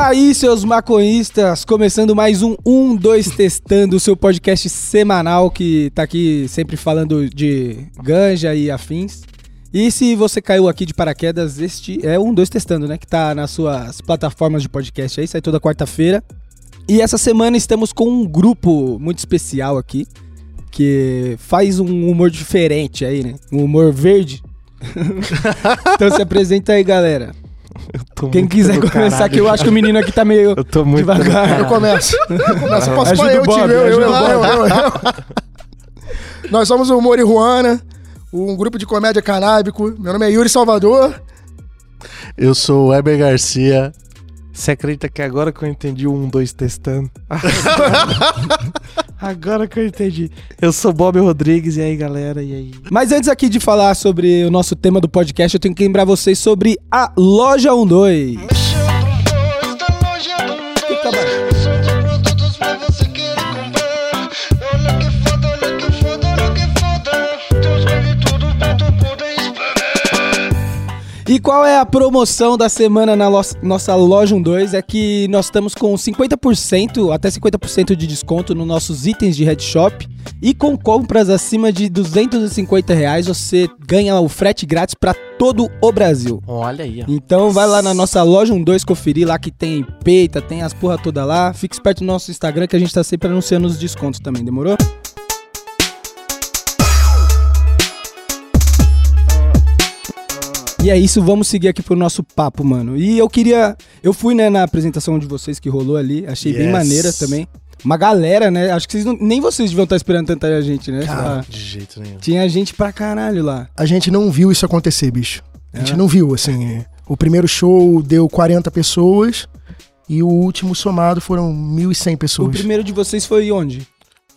aí, seus maconhistas, começando mais um 1, 2 Testando, o seu podcast semanal que tá aqui sempre falando de ganja e afins. E se você caiu aqui de paraquedas, este é o 1, 2 Testando, né? Que tá nas suas plataformas de podcast aí, sai toda quarta-feira. E essa semana estamos com um grupo muito especial aqui, que faz um humor diferente aí, né? Um humor verde. então se apresenta aí, galera. Eu tô Quem muito quiser pelo começar, caralho, que eu já. acho que o menino aqui tá meio. Eu tô muito devagar. pelo Eu começo. Eu começo. Eu posso Ajuda falar, o eu Bob, tive, eu, eu, ajuda eu, o eu, eu, eu. Nós somos o Humor e Ruana, um grupo de comédia canábico. Meu nome é Yuri Salvador. Eu sou o Weber Garcia. Você acredita que agora que eu entendi o 1, 2 testando? agora que eu entendi. Eu sou Bob Rodrigues, e aí galera, e aí? Mas antes aqui de falar sobre o nosso tema do podcast, eu tenho que lembrar vocês sobre a Loja 12. E qual é a promoção da semana na los- nossa loja 12? É que nós estamos com 50%, até 50% de desconto nos nossos itens de headshop. E com compras acima de R$ 250 reais, você ganha o frete grátis para todo o Brasil. Olha aí, ó. Então vai lá na nossa loja 12 conferir lá que tem peita, tem as porra toda lá. Fica esperto no nosso Instagram que a gente tá sempre anunciando os descontos também, demorou? E é isso, vamos seguir aqui pro nosso papo, mano. E eu queria. Eu fui, né, na apresentação de vocês que rolou ali, achei bem Yes. maneira também. Uma galera, né? Acho que vocês não- nem vocês deviam estar esperando tanta gente, né? Cara, Ah, de jeito nenhum. Tinha gente pra caralho lá. A gente não viu isso acontecer, bicho. A gente É? não viu, assim. é. O primeiro show deu 40 pessoas e o último somado foram 1.100 O pessoas. primeiro de vocês foi onde?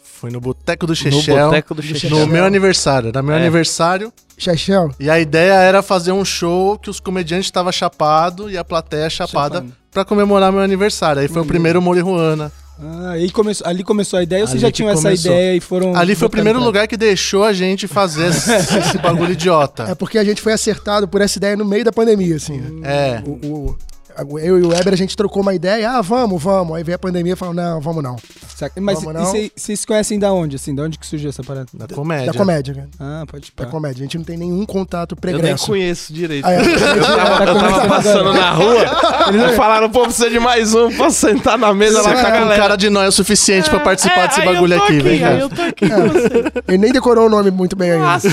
Foi no Boteco do No Chechel. No, Boteco do Chechel. meu aniversário. Era meu É. aniversário. Chechel, E a ideia era fazer um show que os comediantes estavam chapados e a plateia chapada Chapado. pra comemorar meu aniversário. Aí foi Uhum. o primeiro Morihuana. Ah, e começou, ali começou a ideia ou vocês Ali já que tinham essa começou. ideia e Um foram. Ali foi o botando primeiro é. pra- lugar que deixou a gente fazer esse, esse bagulho é idiota. porque a gente foi acertado por essa ideia no meio da pandemia, assim. é. É. O- o- eu e o Weber, a gente trocou uma ideia, ah, vamos, vamos. Aí veio a pandemia e falou, não, vamos não. Saca- Mas Vamos, e não? cê- vocês conhecem da onde, assim? Da onde que surgiu essa parada? Da comédia. Da comédia, né? Ah, pode Da pá. comédia. A gente não tem nenhum contato Eu nem pregresso. conheço direito. Ah, é. Eu tava, eu tava começando passando na rua, eles falaram, pô, precisa de mais um, posso sentar na mesa Você lá com a tá com galera. cara de nóia o suficiente pra participar É, desse aí eu bagulho tô aqui, vem cá. aí Eu tô aqui com você. Ele nem decorou o nome muito bem ainda. Nossa,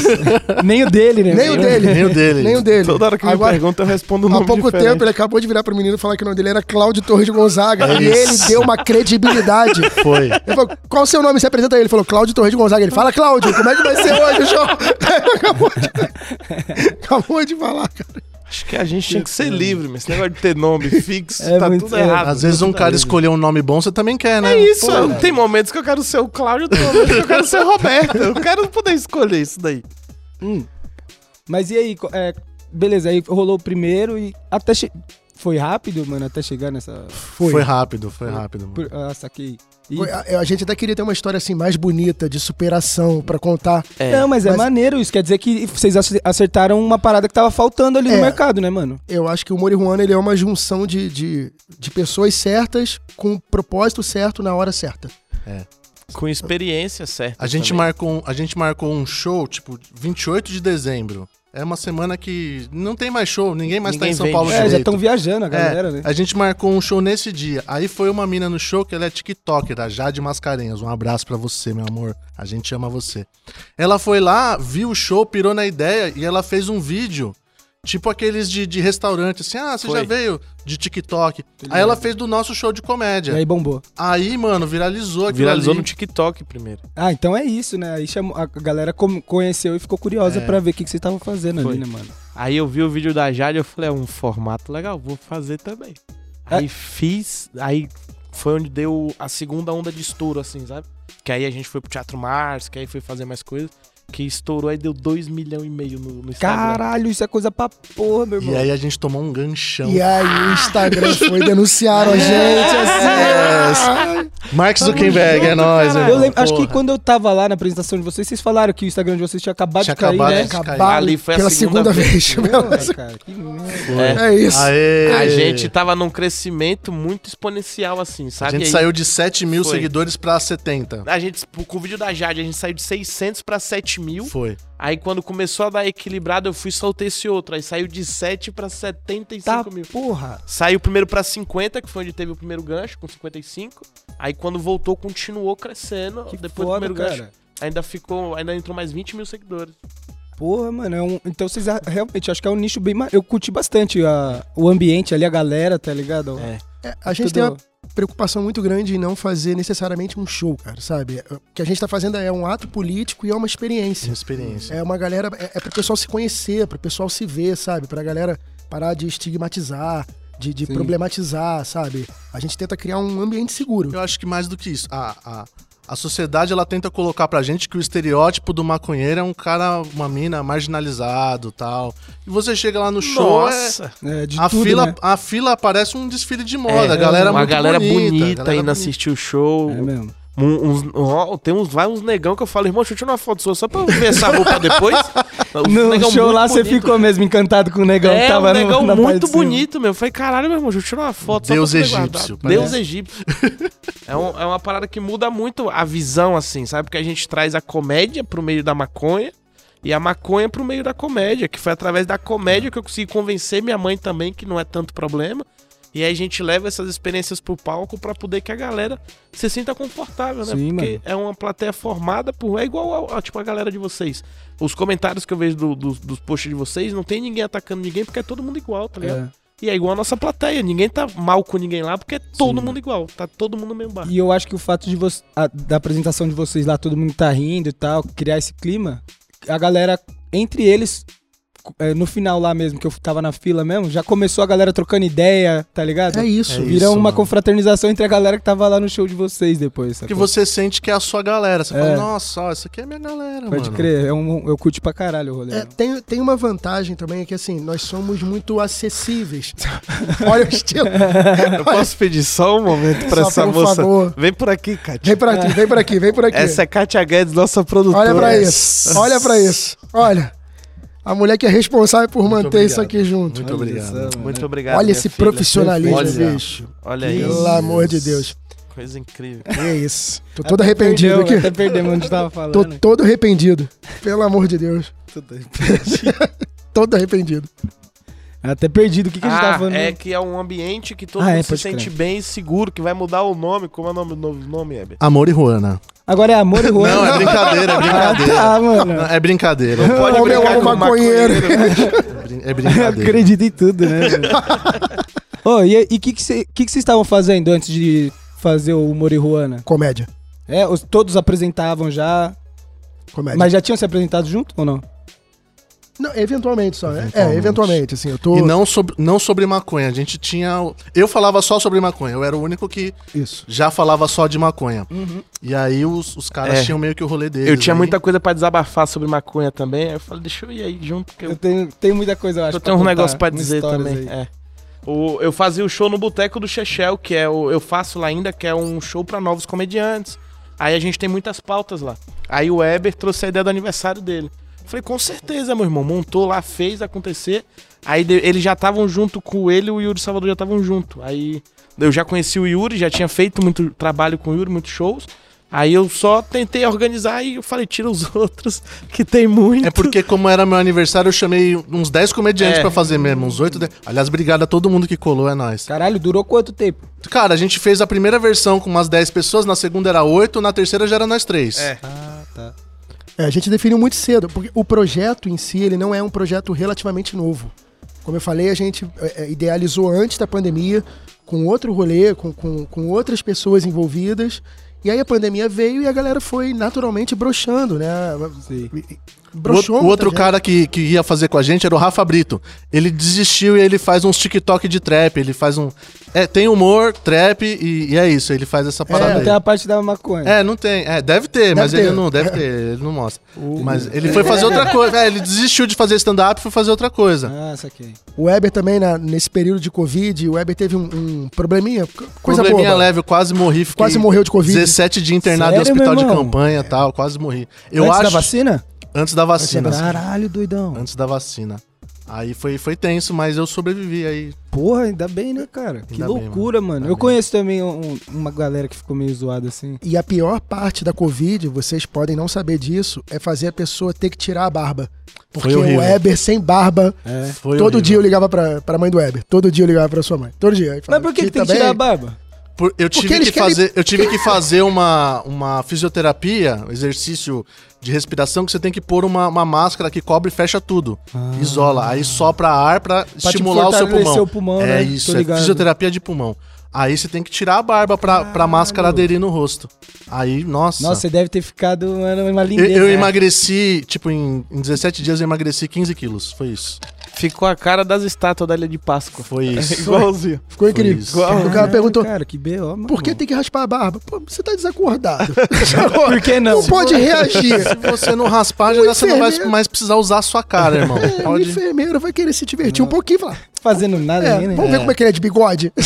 Nem o dele, né? nem o dele. Nem o dele. Nem o dele. toda hora que me Agora, pergunta eu respondo o nome há pouco diferente. tempo, ele acabou de virar pro menino e falar que o nome dele era Cláudio Torres Gonzaga. É e ele isso. deu uma credibilidade. Foi. Ele falou, qual o seu nome? Você apresenta ele. Ele falou, Cláudio Torres Gonzaga. Ele fala, Cláudio, como é que vai ser hoje o show? acabou, de... acabou de falar, cara. Acho que a gente tinha que ser livre, mas esse negócio de ter nome fixo É tá muito- tudo é, errado. Às vezes um cara escolher um nome bom, você também quer, né? É isso, eu- tem momentos que eu quero ser o Cláudio, tem momentos que eu quero ser o Roberto. Eu quero poder escolher isso daí. Hum. Mas e aí? co- é, beleza, aí rolou o primeiro e até. che- Foi rápido, mano, até chegar nessa. Foi. rápido, foi rápido. mano. Por... Ah, saquei. E- Foi- a- A gente até queria ter uma história assim mais bonita, de superação, pra contar. Não, mas, é mas- maneiro isso. Quer dizer que vocês ace- acertaram uma parada que tava faltando ali É. no mercado, né, mano? eu acho que o Morihuana ele é uma junção de, de, de pessoas certas com o propósito certo na hora certa. Com experiência certa. A gente, marcou, um- a gente marcou um show, tipo, 28 de dezembro. É uma semana que não tem mais show, ninguém mais Ninguém tá em São vem. Paulo É, É, já direito. estão viajando a É, galera, né? A gente marcou um show nesse dia. Aí foi uma mina no show que ela é TikToker, a Jade Mascarenhas. Um abraço pra você, meu amor. A gente ama você. Ela foi lá, viu o show, pirou na ideia e ela fez um vídeo. Tipo aqueles de, de restaurante, assim, ah, você Foi. já veio de TikTok. Aí ela fez do nosso show de E comédia. aí bombou. Aí, mano, viralizou aquilo Viralizou ali. no TikTok primeiro. Ah, então é isso, né? Aí chamou, a galera com- conheceu e ficou curiosa É. pra ver o que, que vocês estavam fazendo Foi. ali, né, mano? Aí eu vi o vídeo da Jade, eu falei, é um formato legal, vou fazer também. É. Aí fiz, aí foi onde deu a segunda onda de estouro, assim, sabe? Que aí a gente foi pro Teatro Mars, que aí foi fazer mais coisas. Que estourou aí deu 2 milhões e meio no, no Instagram. Caralho, isso é coisa pra porra, meu irmão. E aí a gente tomou um ganchão. E aí o Instagram foi denunciaram a gente assim. Mark Zuckerberg, é nóis, Eu lembro- acho que Porra. quando eu tava lá na apresentação de vocês, vocês falaram que o Instagram de vocês tinha acabado Tinha de cair, acabado né? de cair. Acabaram Ali foi a pela segunda segunda, vez. Ai, cara, que merda. É. É isso. Aê! A gente tava num crescimento muito exponencial, assim, A sabe? gente E aí- saiu de 7 mil Foi. seguidores pra 70. A gente, com o vídeo da Jade, a gente saiu de 600 pra 7 mil. Foi. Aí quando começou a dar equilibrado, eu fui e soltei esse outro. Aí saiu de 7 pra 75 Tá, mil. porra. Saiu primeiro pra 50, que foi onde teve o primeiro gancho, com 55. Aí quando voltou, continuou crescendo. Que Depois foda, do primeiro cara. gancho, ainda ficou, ainda entrou mais 20 mil seguidores. Porra, mano. é um- Então vocês a- realmente, acho que é um nicho bem... ma- Eu curti bastante a- o ambiente ali, a galera, tá ligado? É. É, A gente tem uma Tudo- preocupação muito grande em não fazer necessariamente um show, cara, sabe? O que a gente tá fazendo é um ato político e é uma experiência. Tinha experiência. É uma galera. É, é pro pessoal se conhecer, pro pessoal se ver, sabe? Pra galera parar de estigmatizar, de, de Sim. problematizar, sabe? A gente tenta criar um ambiente seguro. Eu acho que mais do que isso. A, a, a sociedade, ela tenta colocar pra gente que o estereótipo do maconheiro é um cara, uma mina marginalizado e tal. E você chega lá no show, é- É, de a, tudo, fila, né? a fila parece um desfile de moda. É, a galera uma muito galera bonita, bonita ainda bonita. assistiu o show. É mesmo. Um- uns- ó, tem uns, vai uns negão que eu falo, irmão, deixa eu tirar uma foto sua só pra eu ver essa roupa depois. Os No negão show muito lá você bonito. ficou mesmo encantado com o negão. que É, tava um no- negão na parte muito de cima. bonito, meu. Eu falei, caralho, meu irmão, deixa eu tirar uma foto. só Deus pra poder guardar." egípcio, Deus parece. egípcio. É, um- é uma parada que muda muito a visão, assim, sabe? Porque a gente traz a comédia pro meio da maconha e a maconha pro meio da comédia, que foi através da comédia que eu consegui convencer minha mãe também, que não é tanto problema. E aí a gente leva essas experiências pro palco pra poder que a galera se sinta confortável, né? Sim, Porque mano. é uma plateia formada por. É igual ao- ao- tipo, a galera de vocês. Os comentários que eu vejo do- dos- dos posts de vocês, não tem ninguém atacando ninguém porque é todo mundo igual, tá ligado? É. E é igual a nossa plateia. Ninguém tá mal com ninguém lá porque é todo mundo igual. Tá todo mundo no mesmo barco. E eu acho que o fato de você, a- da apresentação de vocês lá, todo mundo tá rindo e tal, criar esse clima, a galera, entre eles, co- é, no final lá mesmo, que eu tava na fila mesmo, já começou a galera trocando ideia, tá ligado? É isso. É Virou isso, um- uma mano. confraternização entre a galera que tava lá no show de vocês depois, Que sacou? você sente que é a sua galera. Você É. fala, nossa, ó, essa aqui é minha galera, Pode mano. crer, é um, eu curto pra caralho o rolê. É, né? tem, tem uma vantagem também, é que assim, nós somos muito acessíveis. Olha o estilo. Eu posso pedir só um momento pra Só essa por moça? favor. Vem por aqui, Kátia. Vem por aqui, vem por aqui, vem por aqui. é Kátia Guedes, nossa produtora. Olha pra isso. Olha pra isso. Olha. A mulher que é responsável por manter isso obrigado. aqui junto. Muito Olha obrigado. essa, mano. Muito obrigado. Olha minha esse filha. profissionalismo, Olha. bicho. Olha Pelo isso. amor de Deus. Coisa incrível. É isso. Tô todo arrependido Perdeu, aqui. Até perdemos onde tava Tô né? falando. todo arrependido. Pelo amor de Deus. Todo arrependido. Tá Até perdido, o que, que a gente tá tava Ah, falando? é que é um ambiente que todo Ah, mundo é, se pode sente crer. bem e seguro, que vai mudar o nome. Como é o nome, o novo nome, Heber? Amor e Ruana. Agora é amor e Juan. Não, é brincadeira, é brincadeira. Ah, tá, mano. Não, É brincadeira. Pode Homem brincar é um com né? maconheiro. É brin- É Eu brincadeira. acredito em tudo, né? velho? Ô, e o que que vocês estavam fazendo antes de fazer o Morihuana? Comédia. É, os- todos apresentavam já, Comédia. mas já tinham se apresentado junto ou não? Não, eventualmente só. né? É, Eventualmente. eventualmente, assim. Eu tô. E não sobre, não sobre maconha. A gente tinha. o- Eu falava só sobre maconha. Eu era o único que Isso. já falava só de maconha. E aí os, os caras Uhum. É. tinham meio que o rolê deles. Eu tinha aí. muita coisa pra desabafar sobre maconha também. Aí eu falei, deixa eu ir aí junto, que eu Eu tenho, tenho muita coisa, eu acho. Eu tenho uns contar, negócios pra umas dizer histórias também. aí. é. O, eu fazia o show no Boteco do Chechel, que é o, eu faço lá ainda, que é um show pra novos comediantes. Aí a gente tem muitas pautas lá. Aí o Weber trouxe a ideia do aniversário dele. Falei, com certeza, meu irmão. Montou lá, fez acontecer. Aí de- eles já estavam junto com ele e o Yuri Salvador já estavam junto. Aí eu já conheci o Yuri, já tinha feito muito trabalho com o Yuri, muitos shows. Aí eu só tentei organizar e eu falei, tira os outros, que tem muito. É porque, como era meu aniversário, eu chamei uns 10 comediantes É. pra fazer mesmo. Uns 8. Aliás, obrigado a todo mundo que colou, é nóis. Caralho, durou quanto tempo? Cara, a gente fez a primeira versão com umas 10 pessoas, na segunda era 8, na terceira já era nós três. É. É, a gente definiu muito cedo, porque o projeto em si, ele não é um projeto relativamente novo. Como eu falei, a gente é, é, idealizou antes da pandemia, com outro rolê, com, com, com outras pessoas envolvidas, E aí a pandemia veio e a galera foi naturalmente broxando, né? Sim. Broxou. o o muita outro gente. cara que, que ia fazer com a gente era o Rafa Brito. Ele desistiu e ele faz uns TikTok de trap. Ele faz um. É, tem humor, trap e, e é isso. Ele faz essa parada Até aí. a parte da maconha. É, não tem. É, deve ter, mas ter. É. ele não deve ter, ele não mostra. Mas ele foi fazer outra coisa. É, ele desistiu de fazer stand-up e foi fazer outra É. coisa. Ah, saquei. O Weber também, na- nesse período de Covid, o Weber teve um, um probleminha, co- coisa Probleminha boba. leve, eu quase morri. Fiquei Quase morreu de Covid. 17 dias internado Sério, em hospital meu de irmão? campanha É. e tal, quase morri. Eu Antes acho. da vacina? Antes da vacina. Hum. Caralho, doidão. Antes da vacina. Aí foi, foi tenso, mas eu sobrevivi aí. Porra, ainda bem, né, cara? Que Ainda bem, loucura, mano. Eu conheço também um- uma galera que ficou meio zoada assim. E a pior parte da Covid, vocês podem não saber disso, é fazer a pessoa ter que tirar a barba. Porque o horrível. É, Weber sem barba. Foi É. todo horrível. dia eu ligava pra, pra mãe do Weber. Todo dia eu ligava pra sua mãe. Todo dia. Aí Mas falava, por que, que tem que também- tirar a barba? Por- eu, tive eles que querem- fazer, eu tive que fazer uma, uma fisioterapia, um exercício de respiração, que você tem que pôr uma, uma máscara que cobre e fecha tudo. Isola. Aí sopra ar pra, Ah. tipo, estimular o seu fortalecer pulmão. o pulmão, é né? Tô isso, é ligado. fisioterapia de pulmão. Aí você tem que tirar a barba pra, pra máscara aderir no rosto. Aí, nossa. Nossa, você deve ter ficado mano, uma eu, lindeza. eu né? emagreci, tipo, em, em 17 dias eu emagreci 15 quilos. Foi isso. Ficou a cara das estátuas da Ilha de Páscoa. Foi isso. Igualzinho. Ficou incrível. isso. O cara Caralho, perguntou. Cara, que B.O., mano. Por que tem que raspar a barba? Pô, você tá desacordado. Por que não? Não pode reagir. Se você não raspar, já você não vai enfermeiro- mais precisar usar a sua cara, irmão. É, o Pode... enfermeiro vai querer se divertir um pouquinho e falar. Fazendo nada É, aí, né? vamos ver como é que ele é de bigode.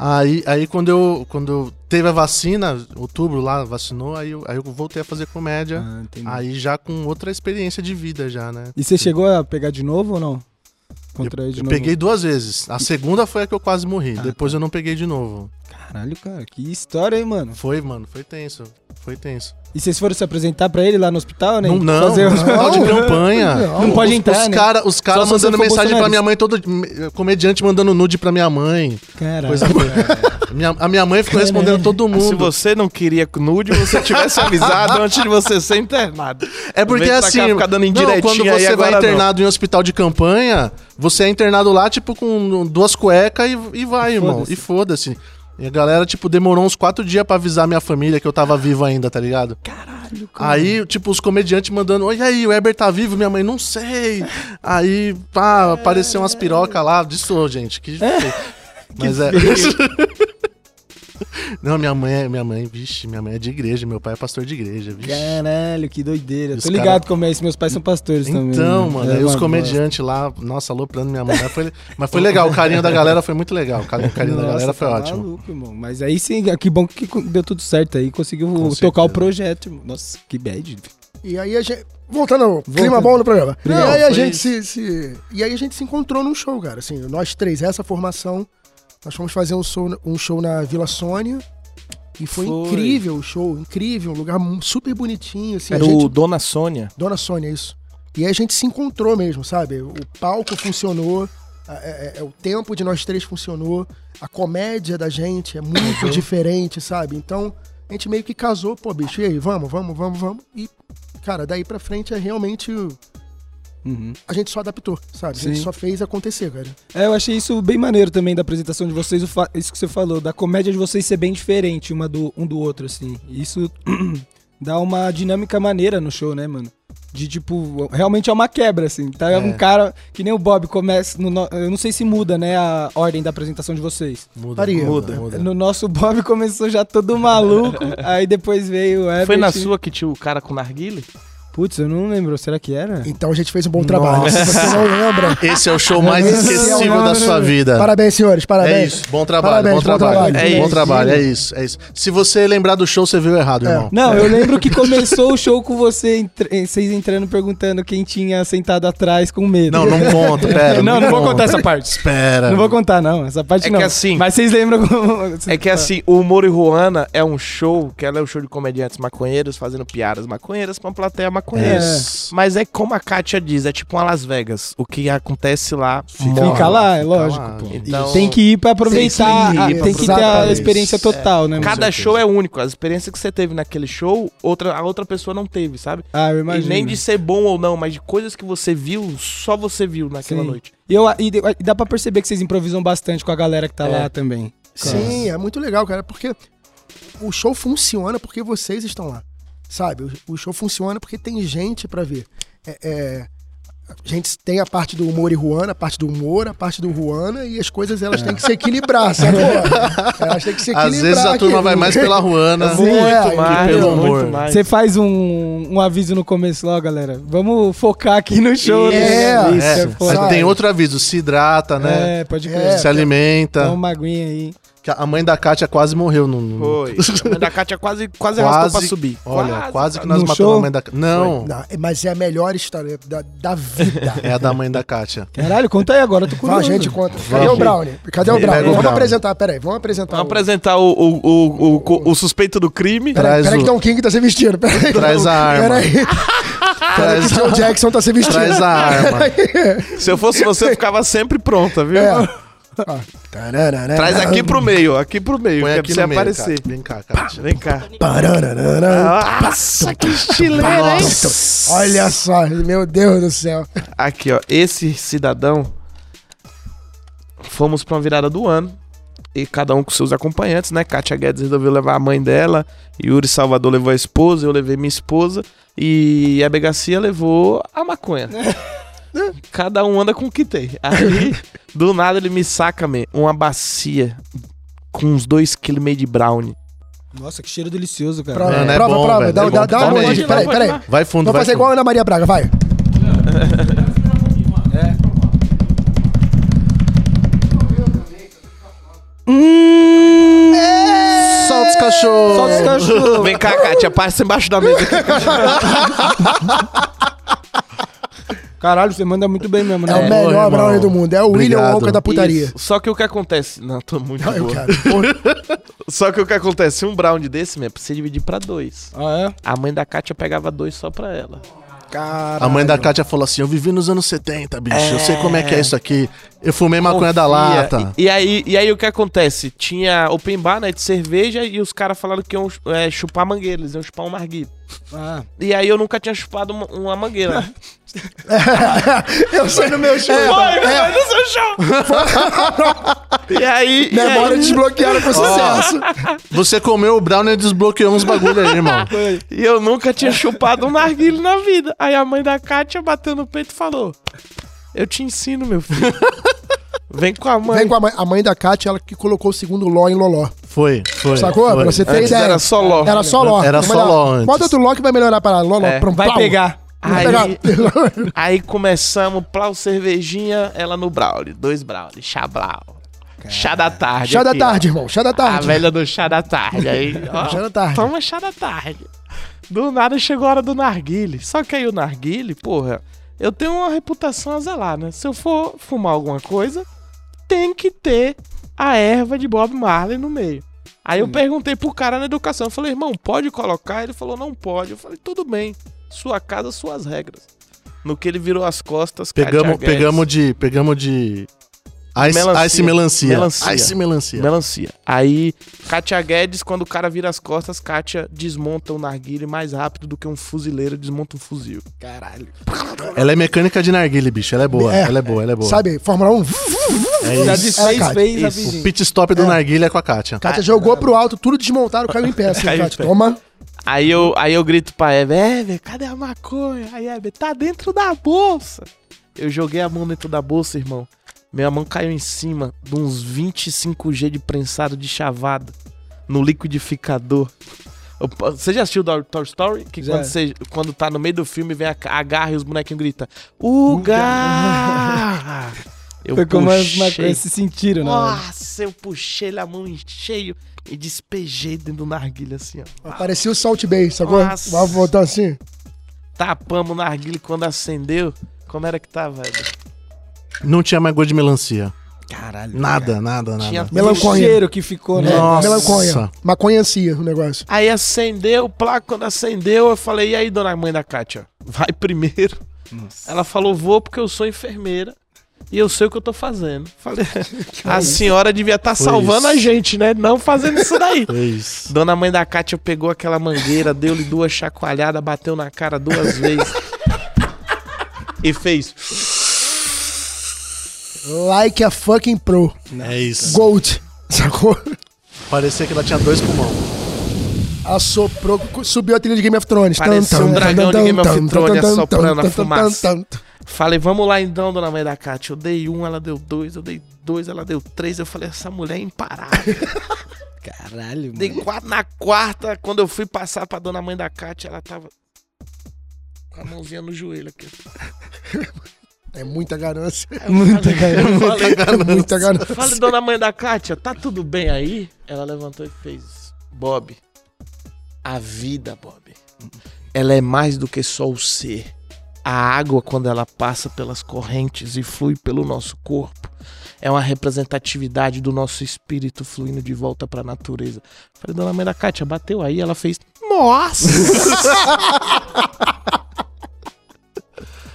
Aí, aí quando, eu, quando eu teve a vacina, outubro lá, vacinou, aí eu, aí eu voltei a fazer comédia. Ah, entendi. aí já com outra experiência de vida já, né? E você chegou a pegar de novo ou não? Contrair de Eu novo? Ah, tá. peguei duas vezes. A segunda foi a que eu quase morri. Depois eu não peguei de novo. Caralho, cara, que história, hein, mano? Foi, mano, foi tenso. Foi tenso. E vocês foram se apresentar pra ele lá no hospital, né? Não, não, Fazer os- hospital de campanha. Não, pode Os- entrar, Os né? caras os cara Só se você mandando for mensagem bolsonarista. pra minha mãe todo. eh, Comediante mandando nude pra minha mãe. Caralho. Coisa Minha- a minha mãe ficou né? respondendo todo Ah, Se mundo. você não queria nude, você tivesse avisado antes de você ser internado. É porque Vem pra cá assim, ficar dando não, indiretinha quando aí, você vai agora não. internado em um hospital de campanha, você é internado lá, tipo, com duas cuecas e, e vai, irmão. E foda-se. E a galera, tipo, demorou uns quatro dias pra avisar minha família que eu tava vivo ainda, tá ligado? Caralho, cara. Aí, tipo, os comediantes mandando, oi, e aí, o Heber tá vivo? Minha mãe, não sei. Aí, pá, apareceu umas pirocas lá. Disso, gente, que... Mas é... Não, minha mãe, é- minha mãe, vixe, minha mãe é de igreja, meu pai é pastor de igreja, vixe. Caralho, que doideira. Os Tô ligado como é isso, meus pais são pastores também. Então, né? mano, É aí os uma comediantes lá, nossa, aloprando minha mãe. Mas foi, mas foi legal, o carinho da galera foi muito legal. O cari- o bosta. carinho da galera Nossa, foi tá ótimo. Maluco, irmão. Mas aí sim, que bom que deu tudo certo aí, conseguiu tocar certeza. o projeto. irmão. Nossa, que bad. E aí a gente. Voltando ao clima bom do programa. Obrigado. e aí a Foi gente se, se- E aí a gente se encontrou num show, cara. Assim, nós três, essa formação. Nós fomos fazer um show, um show na Vila Sônia. E foi, Foi. incrível o show, incrível, um lugar mu- super bonitinho, assim. Era a gente- É o Dona Sônia. Dona Sônia, é isso. E aí a gente se encontrou mesmo, sabe? O palco funcionou, a- é- é- o tempo de nós três funcionou, a comédia da gente é muito Uhum. diferente, sabe? Então, a gente meio que casou, pô, bicho, e aí, vamos, vamos, vamos, vamos. E, cara, daí pra frente é realmente. Uhum. A gente só adaptou, sabe? A gente Sim. só fez acontecer, cara. É, eu achei isso bem maneiro também da apresentação de vocês, o fa- isso que você falou, da comédia de vocês ser bem diferente uma do, um do outro, assim. E Isso dá uma dinâmica maneira no show, né, mano? De tipo, realmente é uma quebra, assim. Tá um cara que nem o Bob começa. no no- eu não sei se muda, né, a ordem da apresentação de vocês. Muda, Faria. muda, No nosso Bob começou já todo maluco, aí depois veio o Herbert. Foi na sua que tinha o cara com narguile? Putz, eu não lembro, será que era? Então a gente fez um bom trabalho. Se você não lembra. Esse é o show mais Esse é o esquecível da nome, sua vida. Parabéns, senhores, É parabéns. isso, bom trabalho, Parabéns, bom bom trabalho. trabalho. É bom isso. trabalho, é isso, é isso. Se você lembrar do show, você viu errado, irmão. Não, eu lembro que começou o show com você entr- eh, vocês entrando perguntando quem tinha sentado atrás com medo. Não, não conta, pera. não, não vou conta. contar essa parte. Pera. Não vou contar, não. Essa parte É que não. assim- Mas vocês lembram como. É que assim, o Humor e Ruana é um show, que ela é um show de comediantes maconheiros fazendo piadas maconheiras pra uma plateia maconheira. Isso. Mas é como a Kátia diz, é tipo uma Las Vegas. O que acontece lá morre. Fica lá, é lógico, lá. pô. Então, Tem que ir pra aproveitar. Tem a- que Tem ir que, pra ter aproveitar a isso. experiência total, né, mano? Cada certeza. show é único. A experiência que você teve naquele show, outra, a outra pessoa não teve, sabe? Ah, eu imagino. E nem de ser bom ou não, mas de coisas que você viu, só você viu naquela Sim. noite. E, eu, e de- e dá É. pra perceber que vocês improvisam bastante com a galera que tá lá também. Sim, é muito legal, cara, porque o show funciona porque vocês estão lá. Sabe? O- O show funciona porque tem gente pra ver. É, é, a gente tem a parte do humor e Ruana, a parte do humor, a parte do Ruana, e as coisas elas têm que se equilibrar, sabe? Elas têm que se equilibrar. É. Às vezes a turma aqui. vai mais pela Ruana. Sim, é, muito mais, Ah, pelo muito amor. mais. Você faz um, um aviso no começo lá, galera. Vamos focar aqui no show. É, né? É, Isso, é mas foda. tem outro aviso, se hidrata, né? É, pode É, crer. Então- se alimenta. Dá uma aguinha aí. Que A mãe da Kátia quase morreu no. no- Foi. A mãe da Kátia quase, quase, Quase, arrastou pra subir. Olha, quase, que nós No matamos show? a mãe da Kátia. Não, Não, mas é a melhor história da, da vida. é a da mãe da Kátia. Caralho, conta aí agora, eu tô Vamos, curioso. gente conta. Cadê o Vamos. Brownie? Cadê o Pega Brownie? o Vamos Brownie. apresentar, peraí, vamos apresentar. Vamos o- apresentar o, o, o, o, o suspeito do crime. Traz Peraí o- que Don King tá se vestindo. Peraí. Traz a arma. Peraí. Ah, Peraí que Traz o Joe Jackson tá se vestindo. Traz a arma. Se eu fosse você, eu ficava sempre pronta, viu? É. Ó. Tararara. Traz aqui pro meio, aqui pro meio, Põe que é aqui pra você no meio, aparecer. Kátia. Vem cá, Kátia. Vem cá. Parararara. Nossa, que estileira, hein? Nossa. Olha só, meu Deus do céu. Aqui, ó. Esse cidadão. Fomos pra uma virada do ano. E cada um com seus acompanhantes, né? Kátia Guedes resolveu levar a mãe dela. Yuri Salvador levou a esposa. Eu levei minha esposa. E Hebe Garcia levou a maconha. Né? cada um anda com o que tem. Aí, do nada, ele me saca, me uma bacia com uns dois quilos e meio de brownie. Nossa, que cheiro delicioso, cara. Prova, Não, não é prova, bom, prova. velho, Dá, não é dá, bom. dá um Toma aí. monte. Peraí, peraí. Vamos Vai fundo, vai fazer fundo. igual a Ana Maria Braga, vai. Solta os cachorros. Solta os cachorros. Vem cá, Kátia, passa embaixo da mesa aqui. Caralho, você manda muito bem mesmo, né? É, o É. melhor Porra, Brownie do irmão. mundo. É o William Obrigado. Wonka da putaria. Isso. Só que o que acontece. Não, tô muito Ah, eu boa. É, quero. Porra. Só que o que acontece? Um brown desse, mesmo, precisa dividir pra dois. Ah, A mãe da Kátia pegava dois só pra ela. é? Caralho. A mãe da Kátia falou assim: Eu vivi nos anos 70, bicho. Eu sei como é que é isso aqui. Eu fumei maconha né, da Confia. lata. E, e aí, e aí o que acontece? Tinha open bar, né, de cerveja e os caras falaram que iam é, chupar mangueira, eles iam chupar um marguito. Ah. E aí eu nunca tinha chupado uma, uma mangueira. Eu sei no meu show. É. Foi, é. foi no seu chão! e aí... e Memória é. aí- desbloqueada com sucesso. Você comeu o brownie e desbloqueou uns bagulho aí, irmão. E eu nunca tinha chupado um narguilho na vida. Aí a mãe da Kátia bateu no peito e falou: Eu te ensino, meu filho. Vem com a mãe. Vem com a mãe, a mãe da Kátia, ela que colocou o segundo Ló em Loló. Foi, foi. Sacou? foi. Pra você ter Antes ideia. era só Ló. Era só Ló. Era só Mas, Ló ó, antes. Bota outro Ló que vai melhorar a parada. Ló, Ló. É. prum, Vai plau. pegar. Vai Aí, pegar. aí começamos, plau cervejinha, ela no Brauli. Dois Brauli, chá Blau. Chá da tarde. Chá da aqui, tarde, irmão. Chá Ah, da ó. A tarde. velha do chá da tarde. Aí, ó, Chá da tarde. Toma chá da tarde. Do nada chegou a hora do narguile. Só que aí o narguile, porra, eu tenho uma reputação a zelar, né? Se eu for fumar alguma coisa, tem que ter a erva de Bob Marley no meio. Aí eu Hum. perguntei pro cara na educação, eu falei, irmão, pode colocar? Ele falou, não pode. Eu falei, tudo bem, sua casa, suas regras. No que ele virou as costas, Pegamos, Katia Guedes. pegamos de. Pegamos de. Melancia. Ice melancia. Ice melancia. Melancia. Ice melancia. melancia. Aí, Katia Guedes, quando o cara vira as costas, Katia desmonta o narguile mais rápido do que um fuzileiro desmonta um fuzil. Caralho. Ela é mecânica de narguile, bicho. Ela é boa. É. Ela é boa, ela é boa. Sabe, Fórmula 1. É Já isso. desfez Cara, fez a isso. O vidinha. pit stop do narguile é com a Kátia. Kátia jogou pro alto, tudo desmontaram, caiu em pé. Assim, Ah, Caiu em Kátia, pé. toma. Aí eu, aí eu grito pra Hebe, Hebe, cadê a maconha? Aí Hebe, tá dentro da bolsa. Eu joguei a mão dentro da bolsa, irmão. Minha mão caiu em cima de uns 25G de prensado de chavada no liquidificador. Eu pa- Você já assistiu o Toy Story? Que Já. quando, você, quando tá no meio do filme, vem a ca- a garra e os bonequinhos gritam Uga! Eu Foi como as puxei. maconhas se sentiram, né? mano? Nossa, eu puxei ele a mão em cheio e despejei dentro do narguilha assim, ó. Apareceu o Salt Bay, sacou? Nossa. Vai voltar assim. tapamos o narguile quando acendeu. Como era que tava? Ed? Não tinha mais gosto de melancia. Caralho. É. Nada, nada, nada. Tinha O Melanconha. cheiro que ficou, né? Nossa. Melanconha. Maconhancia o negócio. Aí acendeu, plá, quando acendeu, eu falei, e aí, dona mãe da Kátia? Vai primeiro. Ela falou, vou porque eu sou enfermeira e eu sei o que eu tô fazendo. Falei, a senhora devia estar salvando isso. a gente, né? Não fazendo isso daí. É isso. Dona mãe da Kátia pegou aquela mangueira, deu-lhe duas chacoalhadas, bateu na cara duas vezes. e fez. Like a fucking pro. É isso. Gold. Sacou? Parecia que ela tinha dois pulmões. assoprou, subiu a trilha de Game of Thrones. Parecia um dragão de Game of Thrones assoprando a fumaça. tan, tan. Falei, vamos lá então, dona Maria da Cátia. Eu dei um, ela deu dois, eu dei dois, ela deu três. Eu falei, essa mulher é imparável. Caralho, dei quatro na quarta. Quando eu fui passar pra dona mãe da Cátia, ela tava com a mãozinha no joelho aqui. É muita ganância. Muita cara. Eu falei, É muita ganância. falei, dona mãe da Cátia, tá tudo bem aí? Ela levantou e fez, Bob, a vida, Bob, ela é mais do que só o ser. A água, quando ela passa pelas correntes e flui pelo nosso corpo, é uma representatividade do nosso espírito fluindo de volta pra natureza. Falei, dona mãe da Cátia, bateu aí, ela fez, nossa!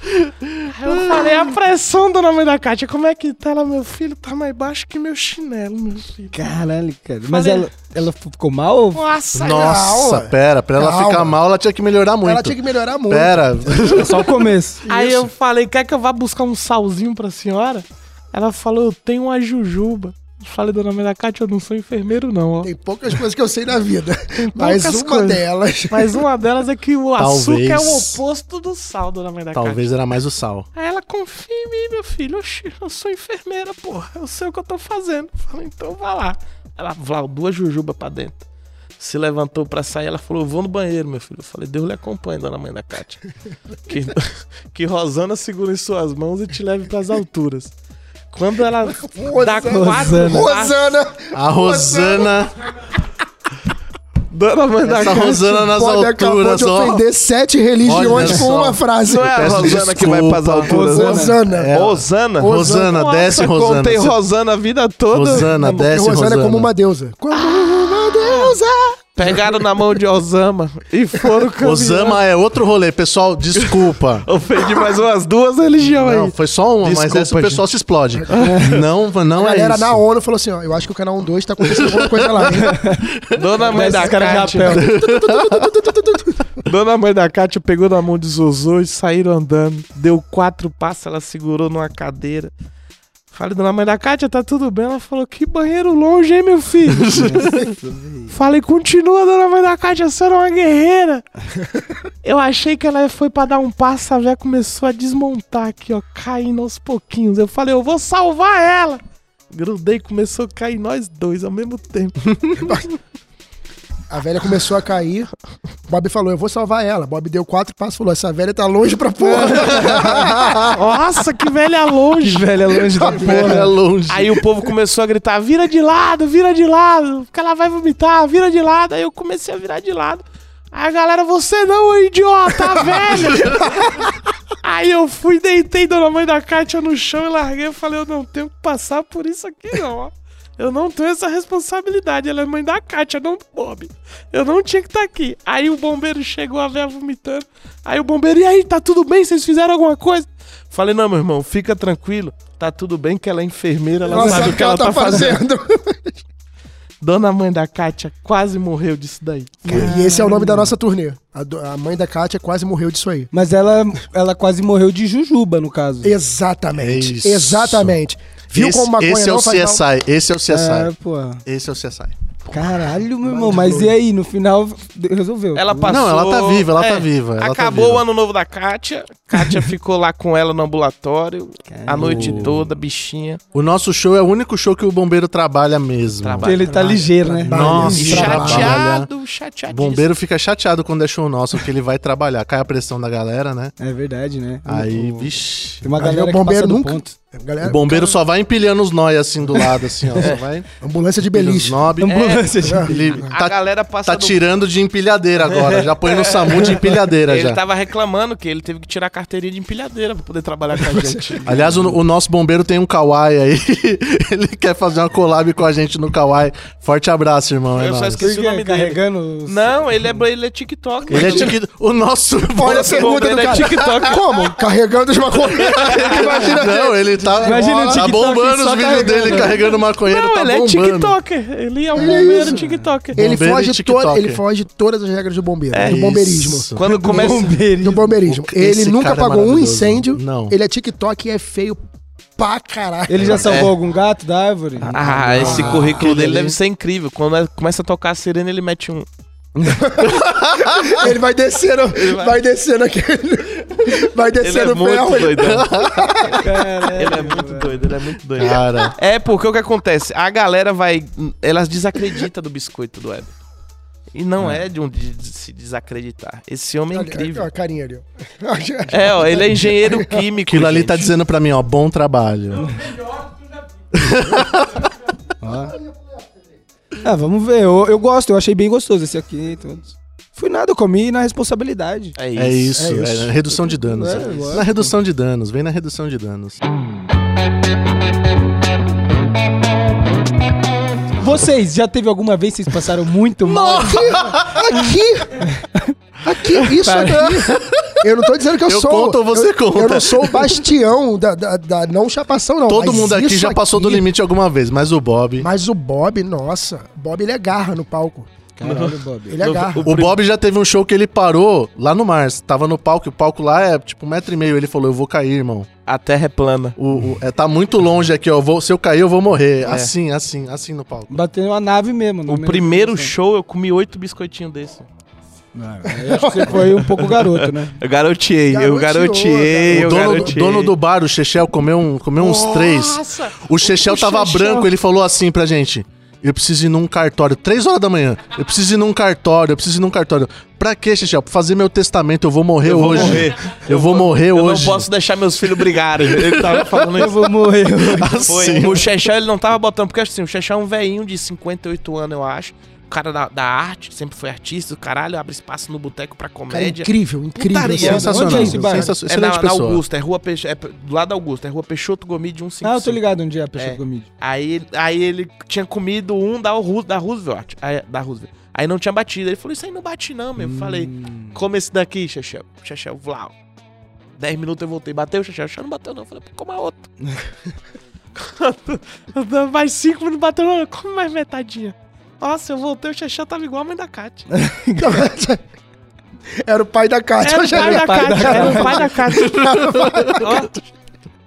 Aí eu falei, a pressão, dona mãe da Cátia, como é que tá? Ela, meu filho, tá mais baixo que meu chinelo, meu filho. Caralho, cara. Mas Falei- ela, ela ficou mal ou Nossa, Nossa, ué. pera. Pra ela Calma. ficar mal, ela tinha que melhorar muito. Ela tinha que melhorar muito. Pera. só o começo? Aí eu falei, quer que eu vá buscar um salzinho pra senhora? Ela falou, eu tenho uma jujuba. Eu falei, dona Maria da Cátia, eu não sou enfermeiro não, ó. Tem poucas coisas que eu sei na vida. Mas poucas uma coisas. delas. Mas uma delas é que o açúcar é o Talvez. oposto do sal, dona Maria da Cátia. Talvez era mais o sal. Aí ela, confia em mim, meu filho. Oxi, eu sou enfermeira, porra. Eu sei o que eu tô fazendo. Eu falei, então vá lá. Ela, Vlau, duas jujubas pra dentro. Se levantou pra sair, ela falou, eu vou no banheiro, meu filho. Eu falei, Deus lhe acompanhe, dona mãe da Cátia. Que, que Rosana segure em suas mãos e te leve pras alturas. Quando ela dá quatro... Rosana. passos- Rosana! A Rosana. Dona mãe da Essa Cátia... Rosana nas Pode acabou alturas, de ó. ofender sete religiões Olha com só. uma frase. Não é a Peço Rosana que vai desculpa. pras alturas, né? Rosana. É. Rosana? Rosana, Nossa, desce, Rosana. Contei Você- Rosana a vida toda. Rosana, Não, Porque desce, Rosana, Rosana. Ah, é como uma deusa. Como uma deusa! Pegaram na mão de Osama e foram caminhando. Osama né? é outro rolê. Pessoal, desculpa. Ofendi mais umas duas religiões Não, aí. foi só uma, mas Desculpa, essa o pessoal se explode. Não, A não é galera isso. na ONU falou assim: ó, eu acho que o canal 12 tá acontecendo alguma coisa lá. hein? Dona mãe Desce da os caras de Cátia. rapel. Dona mãe da Cátia pegou na mão de Zozô e saíram andando. Deu quatro passos, ela segurou numa cadeira. Falei, dona mãe da Cátia, tá tudo bem? Ela falou, que banheiro longe, hein, meu filho? Falei, continua, dona mãe da Cátia, a senhora é uma guerreira. Eu achei que ela foi pra dar um passo, a véia começou a desmontar aqui, ó, caindo aos pouquinhos. Eu falei, eu vou salvar ela. Grudei, começou a cair nós dois ao mesmo tempo. A velha começou a cair. Bob falou: eu vou salvar ela. Bob deu quatro passos e falou: essa velha tá longe pra porra. Nossa, que velha longe. Que velha longe da É né? porra. longe. Aí o povo começou a gritar: vira de lado, vira de lado, porque ela vai vomitar, vira de lado. Aí eu comecei a virar de lado. Aí a galera, você não, ô idiota, velho! Aí eu fui, deitei Dona Mãe da Kátia no chão e larguei. Eu falei: eu não tenho que passar por isso aqui, não, ó. Eu não tenho essa responsabilidade. Ela é mãe da Kátia, não do Bob. Eu não tinha que estar aqui. Aí o bombeiro chegou, a velha vomitando. Aí o bombeiro, e aí, tá tudo bem? Vocês fizeram alguma coisa? Falei, não, meu irmão, fica tranquilo. Tá tudo bem que ela é enfermeira, ela Ela sabe o que ela tá, fazendo. fazendo. Dona mãe da Kátia quase morreu disso daí. E esse é o nome da nossa turnê. A, do- a mãe da Kátia quase morreu disso aí. Mas ela, ela quase morreu de jujuba, no caso. Exatamente. É isso. Exatamente. Viu esse, como maconha esse é não o faz mal? CSI. Esse é o CSI. É, porra. Esse é o CSI. Caralho, meu irmão. Mas e aí, no final resolveu. Hum? Ela passou. é, Não, ela tá viva, ela tá viva, ela tá acabou viva. o ano novo da Kátia. Kátia ficou lá com ela no ambulatório a noite toda, bichinha. O nosso show é o único show que o bombeiro trabalha mesmo. Trabalha. Ele tá ligeiro, né? Nossa, E trabalha. chateado, O chateadíssimo. né? bombeiro fica chateado quando é show nosso, porque ele vai trabalhar. Cai a pressão da galera, né? É verdade, né? Aí, O- vixi. Tem uma Aí galera o que passa bombeiro é do nunca. ponto. Uhum. Galera, O bombeiro só vai empilhando os nós assim do lado, assim, ó. Só vai. Ambulância de empilha os beliche. um nob. É, Ambulância, gente. Ele A tá, galera passa tá do tirando de empilhadeira agora. Já põe no SAMU de empilhadeira Ele tá já. tava reclamando que ele teve que tirar a carteirinha de empilhadeira pra poder trabalhar com a gente. Aliás, o, o nosso bombeiro tem um kawaii aí. Ele quer fazer uma collab com a gente no kawaii. Forte abraço, irmão. É Eu só nóis. esqueci o Fica nome dele. carregando os... Não, ele é, ele é TikTok. Ele é tiqui... O nosso... Olha a nosso pergunta do bombeiro é cara. TikTok. tá Como? Carregando os maconheiros. Imagina Não, ele tá, Imagina o tá TikTok bombando só os vídeos carregando. dele carregando maconheiro, Não, tá ele é bombando. É TikToker. Ele é um bombeiro TikToker. Ele Bombeiro e foge, to- TikToker. ele foge todas as regras do bombeiro, É do bombeirismo. isso. é Quando começa. Do bombeirismo. Esse ele nunca cara é apagou um maravilhoso. incêndio. Não. Ele é TikTok e é feio pra caralho. Ele É. já salvou algum gato da árvore? Ah, esse currículo aquele dele ali. é- deve ser incrível. Quando começa a tocar a sirene, ele mete um. Ele vai descendo, vai. descendo aquele. Vai Ele é descendo o muito ferro. doidão. Caralho, Ele é muito doido, ele é muito doido. Cara, É, porque o que acontece? A galera vai. Elas desacreditam do biscoito do Web. E não é, de, um, de- de se desacreditar. Esse homem é Olha, incrível. olha a carinha ali. ó. É, ó, ele é engenheiro químico. aquilo ali gente. tá dizendo pra mim, ó, bom trabalho. Ah, vamos ver. Eu, eu gosto, eu achei bem gostoso esse aqui. Todos. Fui nada, eu comi na responsabilidade. É isso. É isso, É isso. é redução de danos. É, é. lógico. na redução de danos, vem na redução de danos. Vocês, já teve alguma vez que vocês passaram muito mal? Aqui! Aqui, isso aqui. Eu não tô dizendo que eu, Eu sou. conto ou você eu, conta? Eu não sou o bastião da, da, da não chapação, não. Todo mas mundo aqui isso já passou do limite alguma vez, mas o Bob. Mas o Bob, nossa, o Bob ele agarra no palco. Caralho, Bob. Ele agarra. O Bob já teve um show que ele parou lá no Mars. Tava no palco, e o palco lá é tipo um metro e meio. Ele falou: Eu vou cair, irmão. A terra é plana. O, o- é, tá muito longe aqui, ó. Eu vou- se eu cair, eu vou morrer. Assim, assim, assim no palco. Bateu uma nave mesmo. no O meio primeiro da produção. show eu comi oito biscoitinhos desse. Eu acho que você foi um pouco garoto, né? Eu garoteei, eu Garoteou, garoteei, o eu dono, garoteei. dono do bar, o Chechel, comeu, um, comeu uns três. O Chechel tava branco, ele falou assim pra gente. Eu preciso ir num cartório. Três horas da manhã. Eu preciso ir num cartório, eu preciso ir num cartório. Pra quê, Chechel? Pra fazer meu testamento, eu vou morrer Eu vou hoje. morrer. Eu vou morrer eu hoje. não posso deixar meus filhos brigarem. Ele tava falando Eu isso. vou morrer. Foi. Sim. O Xexão, ele não tava botando, porque assim, o Xexão é um velhinho de 58 anos, eu acho. O cara da, da arte, sempre foi artista, o caralho, abre espaço no boteco pra é Cara, comédia. incrível, incrível. Putaria, Sabe? Sensacional. Onde é esse bar? é sensacional. na, Excelente na pessoa. Augusta, é rua Peixoto, é do lado da Augusta, é rua Peixoto Gomi de 155. Ah, eu tô ligado onde é a É. Peixoto Comedy. Aí, aí ele tinha comido um da, Ru- da Roosevelt. Aí, da Roosevelt. Aí não tinha batido. Ele falou: Isso aí não bate, não, meu. Eu Falei: Hum. Come esse daqui, Xexel. Xexel, Vlau. 10 minutos eu voltei. Bateu, Xexel? Xexel não bateu, não. Eu Falei: Pô, Coma outro. mais 5 minutos bateu, não. Come mais metadinha. Nossa, eu voltei, o Xexel tava igual a mãe da Kátia. Era o pai da Kátia. Era o pai da pai da Kátia, Kátia. era o pai da Kátia. Ó,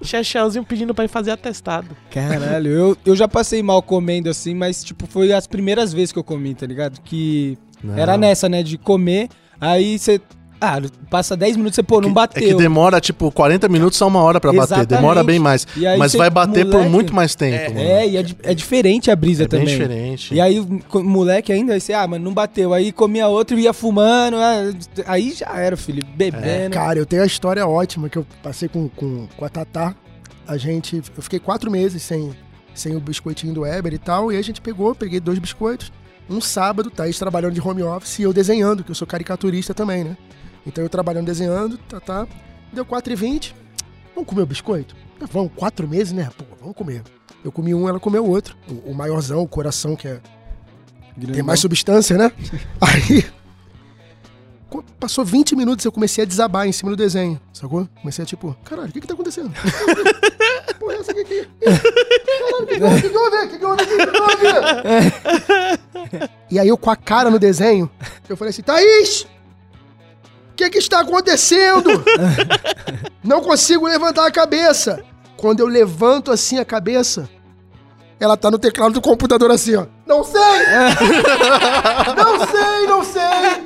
Xexelzinho pedindo pra ele fazer atestado. Caralho, eu, eu já passei mal comendo assim, mas tipo, foi as primeiras vezes que eu comi, tá ligado? Que Não. era nessa, né? De comer, aí você. Ah, passa 10 minutos, você, pô, não É que bateu. demora, tipo, 40 minutos a uma hora pra bater. Exatamente. Demora bem mais. E aí Mas cê- vai bater por moleque- muito mais tempo. mano. É, e é, di- é diferente a brisa bem também. diferente. E aí, o co- moleque ainda, aí você, ah, mano, não bateu. Aí comia outro, ia fumando. ah, Aí já era, filho, É, bebendo. Cara, eu tenho a história ótima que eu passei com, com, com a Tatá. A gente. Eu fiquei quatro meses sem, sem o biscoitinho do Weber e tal. E a gente pegou, peguei dois biscoitos. Um sábado, Thaís trabalhando de home office e eu desenhando, que eu sou caricaturista também, né? Então eu trabalhando desenhando, Tatá. Deu 4h20. Vamos comer o biscoito? Eu, Vamos, quatro meses, né? Pô, vamos comer. Eu comi um, ela comeu o outro. O, o maiorzão, o coração, que é tem mais substância, né? Aí. co- Passou 20 minutos eu comecei a desabar em cima do desenho, sacou? Comecei a tipo, caralho, o que que tá acontecendo? Porra, essa aqui. aqui. Caralho, o que que houve? O que que houve? O que que houve? O que que houve? E aí eu com a cara no desenho, eu falei assim, Thaís! O que que está acontecendo? Não consigo levantar a cabeça. Quando eu levanto assim a cabeça, ela tá no teclado do computador assim, ó. Não sei! Não sei, não sei!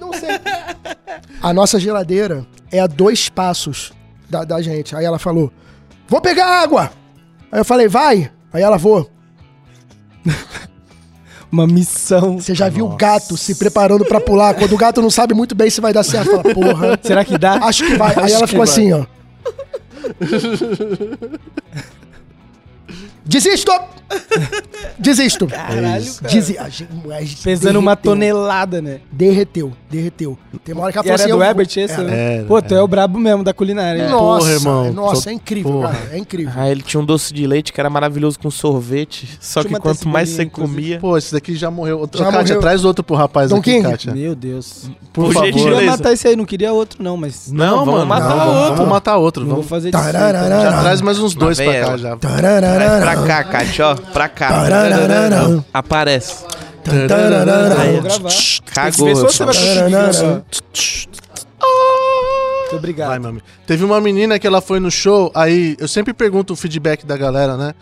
Não sei. A nossa geladeira é a dois passos da, da gente. Aí ela falou: Vou pegar água! Aí eu falei: Vai! Aí ela vou. Uma missão. Você já viu o gato se preparando pra pular? Quando o gato não sabe muito bem se vai dar certo, fala: Porra, Será que dá? acho que vai. Aí ela que ficou vai. assim, ó. Desisto! Desisto! Caralho, cara. Desi- a gente- a gente Pesando uma derreteu. tonelada, né? Derreteu, derreteu. Tem uma hora que ela E falou era do assim, eu vou- Herbert esse? Era. né? Era, Pô, tu é o brabo mesmo da culinária. né? Nossa, Porra, irmão. Nossa, Só- é incrível, porra. cara. É incrível. Ah, ele tinha um doce de leite que era maravilhoso com sorvete. Deixa Só eu que matar esse quanto mais bolinho, você inclusive. comia. Pô, esse daqui já morreu. Ô, Já Kátia, morreu. traz outro pro rapaz Don aqui, King. Kátia. Meu Deus. Por, Por favor. Eu queria Beleza. matar esse aí, não queria outro, não, mas. Não, Não, vamos, mano, matar Não, outro. vamos, vamos matar outro. vou Vamos. fazer Tá, disso. Tararara. então. Já traz mais uns dois vem pra cá ela. já. Traz Tarararara, pra cá, Kátia, ó. Pra cá. Tarararara. Aparece. Eu tarararara. Vou gravar. Tem que Cagou. ver se você vai conseguir Tararara. gravar. né? Muito obrigado. Vai, meu amigo. Teve uma menina que ela foi no show, aí eu sempre pergunto o feedback da galera, né?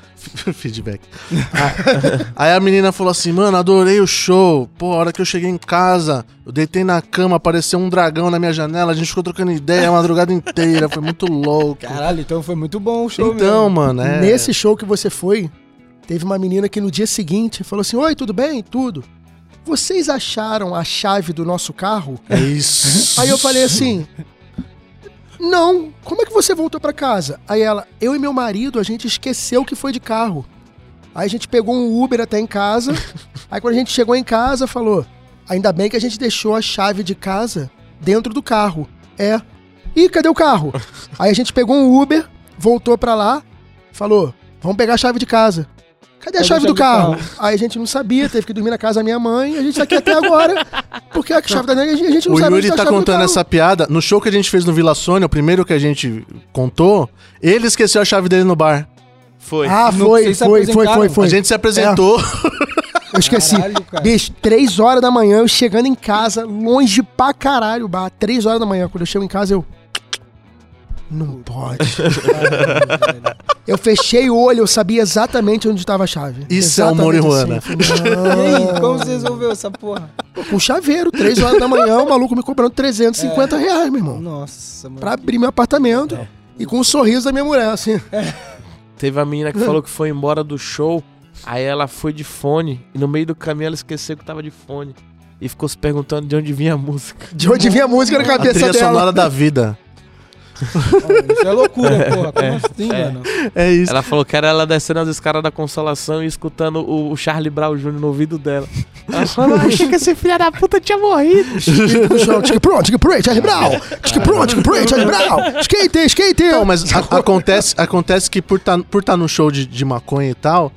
feedback. Ah, aí a menina falou assim, mano, adorei o show. Pô, a hora que eu cheguei em casa, eu deitei na cama, apareceu um dragão na minha janela, a gente ficou trocando ideia a madrugada inteira, foi muito louco. Caralho, então foi muito bom o show mesmo. então, mano, é... Nesse show que você foi, teve uma menina que no dia seguinte falou assim: Oi, tudo bem? Tudo. Vocês acharam a chave do nosso carro? É isso. Aí eu falei assim: Não, como é que você voltou pra casa? Aí ela: Eu e meu marido, a gente esqueceu que foi de carro. Aí a gente pegou um Uber até em casa. Aí quando a gente chegou em casa, falou: Ainda bem que a gente deixou a chave de casa dentro do carro. É. Ih, cadê o carro? Aí a gente pegou um Uber, voltou pra lá, falou: Vamos pegar a chave de casa. Cadê a Cadê chave, do carro? Aí a gente não sabia, teve que dormir na casa da minha mãe, e a gente tá aqui até agora, porque a chave da minha a gente- a gente não O sabe Yuri onde tá a chave do contando carro. essa piada. No show que a gente fez no Vila Sônia, o primeiro que a gente contou, ele esqueceu a chave dele no bar. Foi. Ah, Não, foi, vocês é se foi, foi, apresentaram. foi, É, foi. A gente se apresentou. Eu esqueci. Caralho, cara. Bicho, três horas da manhã, eu chegando em casa, longe pra caralho, bar. Três horas da manhã, quando eu chego em casa, eu. Não pode. Eu fechei o olho, eu sabia exatamente onde tava a chave. Isso é humor, Exatamente assim. Eu E falei, aí, como você resolveu essa porra? "Não, Com chaveiro, três horas da manhã, o maluco me cobrando É. 350 reais, meu irmão. Nossa, mano. Pra abrir meu apartamento e com um sorriso da minha mulher, assim. Teve a menina que falou que foi embora do show, aí ela foi de fone, e no meio do caminho ela esqueceu que tava de fone. E ficou se perguntando de onde vinha a música. De onde vinha a música na A cabeça trilha dela. sonora da vida. Isso é loucura, porra. Como assim, mano? É isso. Ela falou que era ela descendo as escadas da consolação e escutando o, o Charlie Brown Jr. no ouvido dela. Ela falou, achei que esse filho da puta tinha morrido. No chão, tique pronto, tique pronto, Charlie Brown. Tique pronto, tique pronto, Charlie Brown. Skate, skate. Não, mas a- acontece, acontece que por estar por tá num show de, de maconha e tal,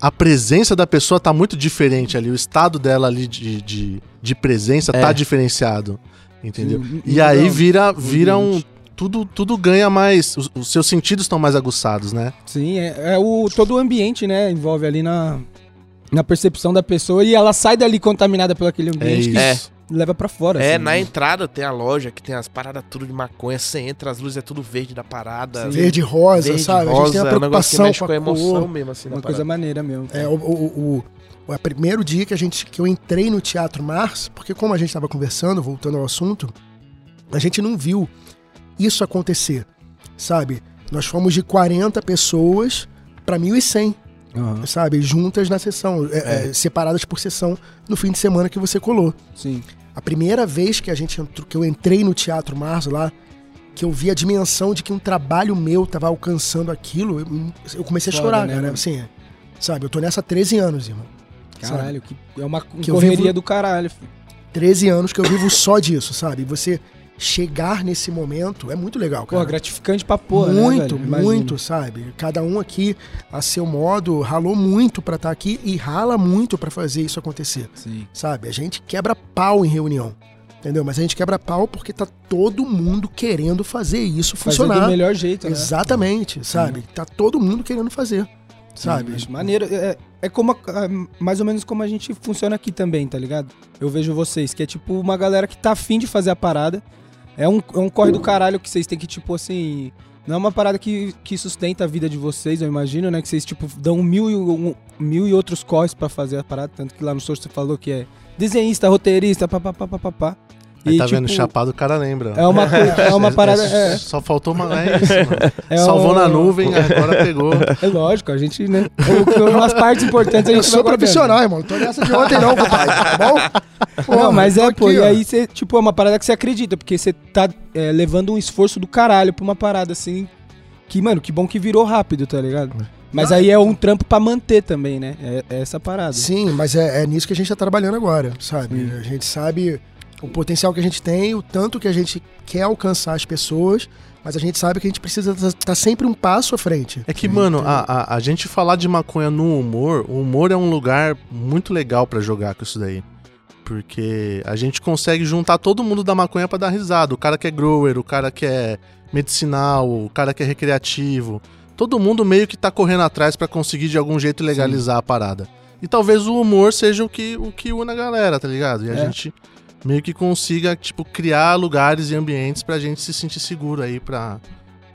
a presença da pessoa tá muito diferente ali. O estado dela ali de, de, de presença tá diferenciado. Entendeu? Sim, E aí não. vira, vira um. Tudo, tudo ganha mais. Os, os seus sentidos estão mais aguçados, né? Sim, é, é o todo o ambiente, né? Envolve ali na, na percepção da pessoa e ela sai dali contaminada pelo aquele ambiente que É. leva pra fora. É, assim, na né? entrada tem a loja que tem as paradas tudo de maconha. Você entra, as luzes é tudo verde da parada. Sim. Verde e rosa, Verde, sabe? a gente tem rosa, uma é um negócio que preocupação mexe com com a a emoção cor. mesmo, assim, Uma na coisa parada. maneira mesmo. É, o, o, o, o, o primeiro dia que a gente que eu entrei no Teatro Mars, porque como a gente estava conversando, voltando ao assunto, a gente não viu isso acontecer, sabe? Nós fomos de 40 pessoas para 1.100, Aham, sabe? Juntas na sessão, é, é, separadas por sessão no fim de semana que você colou. Sim. A primeira vez que a gente entrou- que eu entrei no Teatro Mars lá, que eu vi a dimensão de que um trabalho meu tava alcançando aquilo, eu, eu comecei a Foda, chorar, né, cara. mano? Assim, é. sabe, eu tô nessa há 13 anos, irmão. Sabe? Caralho, que é uma Que eu correria vivo- do caralho. filho. 13 anos que eu vivo só disso, sabe? E Você chegar nesse momento é muito legal, cara. Porra, gratificante pra porra, né, muito, velho? Imagina. muito, sabe? Cada um aqui, a seu modo, ralou muito pra estar aqui e rala muito pra fazer isso acontecer. Sim. sabe? A gente quebra pau em reunião, entendeu? Mas a gente quebra pau porque tá todo mundo querendo fazer isso Fazer funcionar. do melhor jeito, né? Exatamente, sabe? Tá todo mundo querendo fazer, sabe? Sim, acho maneiro. É, é como a- a- mais ou menos como a gente funciona aqui também, tá ligado? Eu vejo vocês, que é tipo uma galera que tá afim de fazer a parada. É um, é um corre do caralho que vocês têm que, tipo assim. Não é uma parada que, que sustenta a vida de vocês, eu imagino, né? Que vocês, tipo, dão mil e, um- mil e outros corres pra fazer a parada. Tanto que lá no Source você falou que é desenhista, roteirista, papapá, papapá. Aí tá vendo, chapado o cara lembra. tipo, É uma, coisa- é uma parada. É, É, Só faltou uma. É isso, mano. é Salvou um- na nuvem, agora pegou. É lógico, a gente, né? o- As partes importantes a gente Eu sou vai guardando. profissional, irmão. Não tô nessa de ontem, não, papai. Tá bom? não, mas tô é, aqui, pô, e ó. aí você, tipo, é uma parada que você acredita, porque você tá é, levando um esforço do caralho pra uma parada assim. Que, mano, que bom que virou rápido, tá ligado? Mas aí é um trampo pra manter também, né? É, é essa parada. Sim, mas é, é nisso que a gente tá trabalhando agora, sabe? Sim. A gente sabe o potencial que a gente tem, o tanto que a gente quer alcançar as pessoas, mas a gente sabe que a gente precisa estar sempre um passo à frente. É que, mano, a, a, a gente falar de maconha no humor, o humor é um lugar muito legal pra jogar com isso daí. Porque a gente consegue juntar todo mundo da maconha pra dar risada. O cara que é grower, o cara que é medicinal, o cara que é recreativo. Todo mundo meio que tá correndo atrás pra conseguir de algum jeito legalizar a parada. E talvez o humor seja o que, o que une a galera, tá ligado? E a É. gente meio que consiga, tipo, criar lugares e ambientes pra gente se sentir seguro aí pra,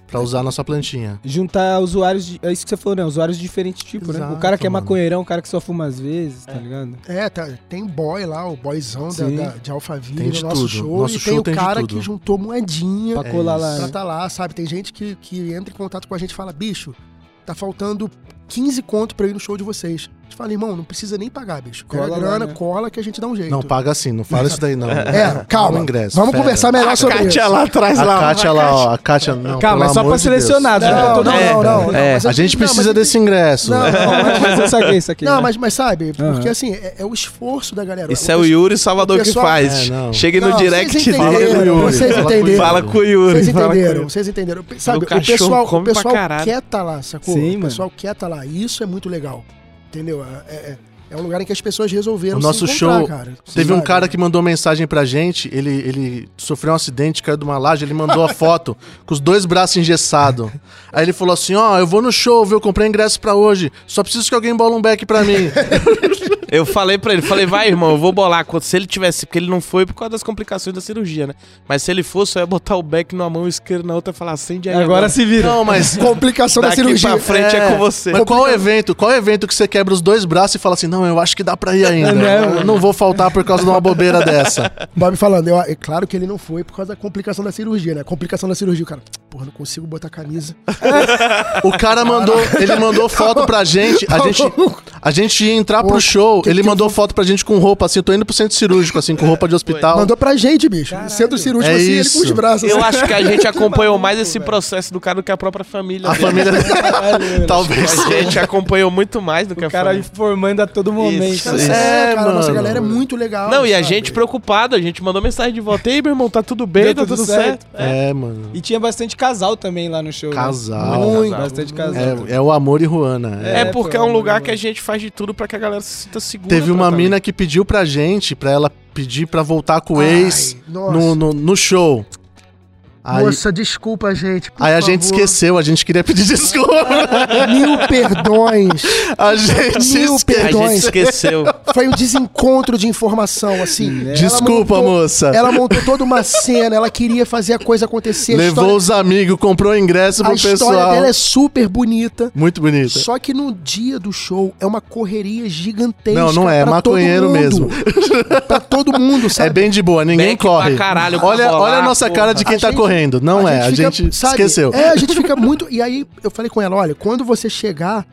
pra usar a nossa plantinha. Juntar usuários de. É isso que você falou, né? Usuários de diferentes tipos, né? O cara que é Exato, mano. maconheirão, o cara que só fuma às vezes, tá ligado? É, tá- tem boy lá, o boyzão da, Sim. da- de Alphaville Tem no de nosso tudo. show. Nosso e tem show o tem de cara tudo. que juntou moedinha Pra colar lá. pra né? tá lá, sabe? Tem gente que, que entra em contato com a gente e fala, bicho, tá faltando 15 conto pra eu ir no show de vocês. A gente fala, irmão, não precisa nem pagar, bicho. Quero Cola a lá, grana, né? cola que a gente dá um jeito. Não, paga assim, não fala isso daí não. É, calma. Não ingresso, Vamos fera. conversar melhor sobre isso. lá atrás, A Kátia lá, ó, a Kátia não. Calma, é pelo só amor pra de selecionar, Deus. né? É, Não, não, não, não, não, É, mas A gente não, mas precisa eu- desse né? ingresso. Não, não, mas- Mas eu saquei isso aqui. né? Não, mas, mas sabe, Aham. Ah. porque assim, é, é o esforço da galera. Isso é o Yuri Salvador que pessoal- faz. É, não. Chega no Não, direct vocês Fala dele. com o Yuri. Vocês fala com o entenderam. Yuri. Fala com o Yuri. Vocês fala com o Yuri. entenderam, vocês entenderam. Sabe, O o cachorro pessoal, o come pra pessoal caralho. quer tá lá, sacou? Sim, mano. o pessoal quer tá lá. e Isso é muito legal. Entendeu? É, é- é um lugar em que as pessoas resolveram O nosso se encontrar, show- cara. Teve um Sabe? cara que mandou mensagem pra gente, ele, ele sofreu um acidente, caiu de uma laje, ele mandou a foto com os dois braços engessados. Aí ele falou assim, ó, eu vou no show, viu, comprei ingresso pra hoje, só preciso que alguém bola um back pra mim. Eu falei pra ele, falei, vai, irmão, eu vou bolar. Quando- Se ele tivesse, porque ele não foi por causa das complicações da cirurgia, né? Mas se ele fosse, eu ia botar o back numa mão esquerda na outra e falar, acende aí. Agora se vira. Não, mas... Complicação da Daqui cirurgia. pra frente é, com você. Mas qual evento? Qual evento que você quebra os dois braços e fala assim, não, eu acho que dá pra ir ainda. Não. Eu não vou faltar por causa de uma bobeira dessa. Bob falando, eu- é claro que ele não foi por causa da complicação da cirurgia, né? Complicação da cirurgia, o cara. Porra, não consigo botar camisa. O cara mandou, ele mandou foto pra gente. A gente, a gente ia entrar pro show, ele mandou foto pra gente com roupa assim, eu tô indo pro centro cirúrgico assim, com roupa de hospital. Mandou pra gente, bicho. Centro cirúrgico É assim, ele isso. com os braços. Eu assim. acho que a gente acompanhou mais esse processo do cara do que a própria família. A dele. família Caralho, talvez. A gente acompanhou muito mais do que a O cara família. informando a todo momento. é Isso, né? isso. É, É, cara, a nossa mano. galera é muito legal. Não, e a sabe? gente preocupado, a gente mandou mensagem de volta. Ei, meu irmão, tá tudo bem, Deu tá tudo, certo. É, mano. E tinha bastante casal também lá no show. né? Casal. Muito, Casal. bastante casal. É, é o amor e Ruana. é. É, É, porque é pô, um lugar mano. que a gente faz de tudo pra que a galera se sinta segura. Teve uma pra- mina que pediu pra gente, pra ela pedir pra voltar com o ex Ai, nossa. no, no, no show. Aí, Moça, desculpa, gente. por aí a gente favor. esqueceu, a gente queria pedir desculpa. Mil perdões. A Mil gente esqueceu. A gente perdões. esqueceu. Foi um desencontro de informação, assim. Ela Desculpa, montou- moça. Ela montou toda uma cena, ela queria fazer a coisa acontecer. a Levou história, é os amigos, comprou ingresso a pro história pessoal. dela é super bonita. Muito bonito. Só que no dia do show é uma correria gigantesca. Não, não é, é pra todo maconheiro mundo. mesmo. pra todo mundo, É sabe? bem de boa, ninguém Back pra corre. caralho, pra olha, bolar, olha a nossa porra. cara de quem A tá gente- correndo. Não é, a fica, gente sabe, esqueceu. É, a gente fica muito. E aí eu falei com ela: olha, quando você chegar,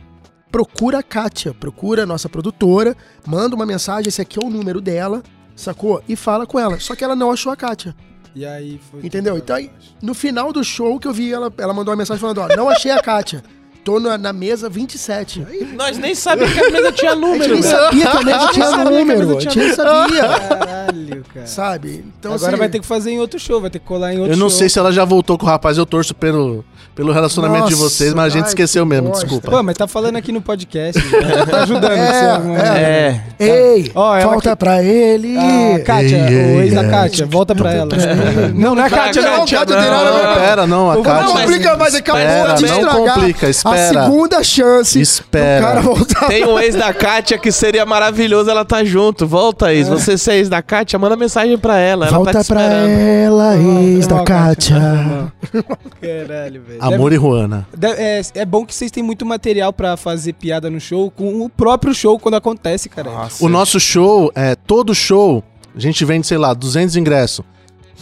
procura a Kátia, procura a nossa produtora, manda uma mensagem, esse aqui é o número dela, sacou? E fala com ela. Só que ela não achou a Kátia. E aí foi. Entendeu? Então, aí, no final do show que eu vi, ela, ela mandou uma mensagem falando: ó, não achei a Kátia. Tô na, na mesa 27. Aí, Nós nem sabíamos que a mesa tinha a gente número, né? nem velho. sabia também que Nem tinha sabia que a número. mesa A tinha gente nem sabia. Caralho, cara. Sabe? Então, Agora assim, vai ter que fazer em outro show, vai ter que colar em outro Eu não show. sei se ela já voltou com o rapaz, eu torço pelo, pelo relacionamento de Nossa, vocês, mas a gente ai, esqueceu que mesmo, bosta. desculpa. Pô, mas tá falando aqui no podcast. né? Tá ajudando É, você, mano. é. É. Ei, Ó, ela falta pra ele. Ah, Kátia, Ei, o ex da ei, Kátia, volta pra ela. Não, não é a Kátia, Não, não. Kátia, Kátia tem nada a ver Não, com- pera, não, a Não, Não Kátia. complica mais, acabou Espera, de não estragar. complica, A espera. segunda chance Espera. tá do cara voltar. Tem um ex da Kátia que seria maravilhoso ela tá junto. Volta, ex. Você se é ex da Kátia, manda mensagem pra ela. Ela Volta tá te pra esperando. ela, tá ex Não, da Kátia. Caralho, velho. Amor e Ruana. Deve- É, é bom que vocês têm muito material pra fazer piada no show, com o próprio show quando acontece, cara. Tipo, Nossa. O nosso show, é, todo show, a gente vende, sei lá, 200 ingressos.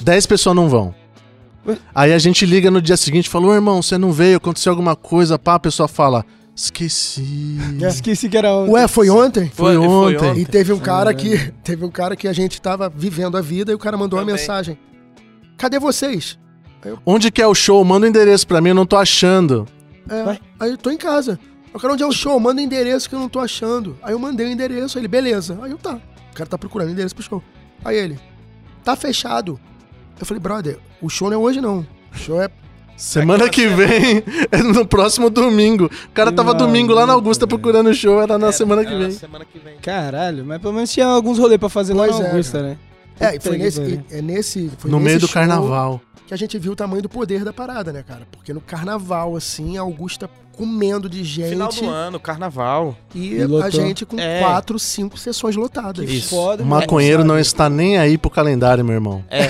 10 pessoas não vão. Aí a gente liga no dia seguinte e fala: Ô irmão, você não veio, aconteceu alguma coisa, pá, a pessoa fala: Esqueci. Esqueci que era um- ontem. Ué, foi ontem? Foi- Foi foi ontem. ontem. E teve um cara que. Teve um cara que a gente tava vivendo a vida e o cara mandou uma Também. mensagem. Cadê vocês? Onde que é o show? Manda o endereço pra mim, eu não tô achando. É, Ué? aí eu tô em casa. Eu quero onde é o show, manda o endereço que eu não tô achando. Aí eu mandei o endereço, ele, beleza. Aí eu tá. O cara tá procurando o endereço pro show. Aí ele, tá fechado. Eu falei, brother, o show não é hoje não. O show é Semana que vem, é no próximo domingo. O cara Que tava domingo lá na Augusta maluco, procurando o show, era na semana que vem. semana que vem. Caralho, mas pelo menos tinha alguns rolês pra fazer lá Pois na é, Augusta, né? É, e foi que nesse, pariu. e- é nesse, foi no nesse meio do show carnaval. que a gente viu o tamanho do poder da parada, né, cara? Porque no carnaval, assim, a Augusta comendo de gente Final do ano, carnaval. e E a lotou. gente com É. quatro, cinco sessões lotadas. Isso. Foda, né? O maconheiro mano, não sabe? está nem aí pro calendário, meu irmão. É,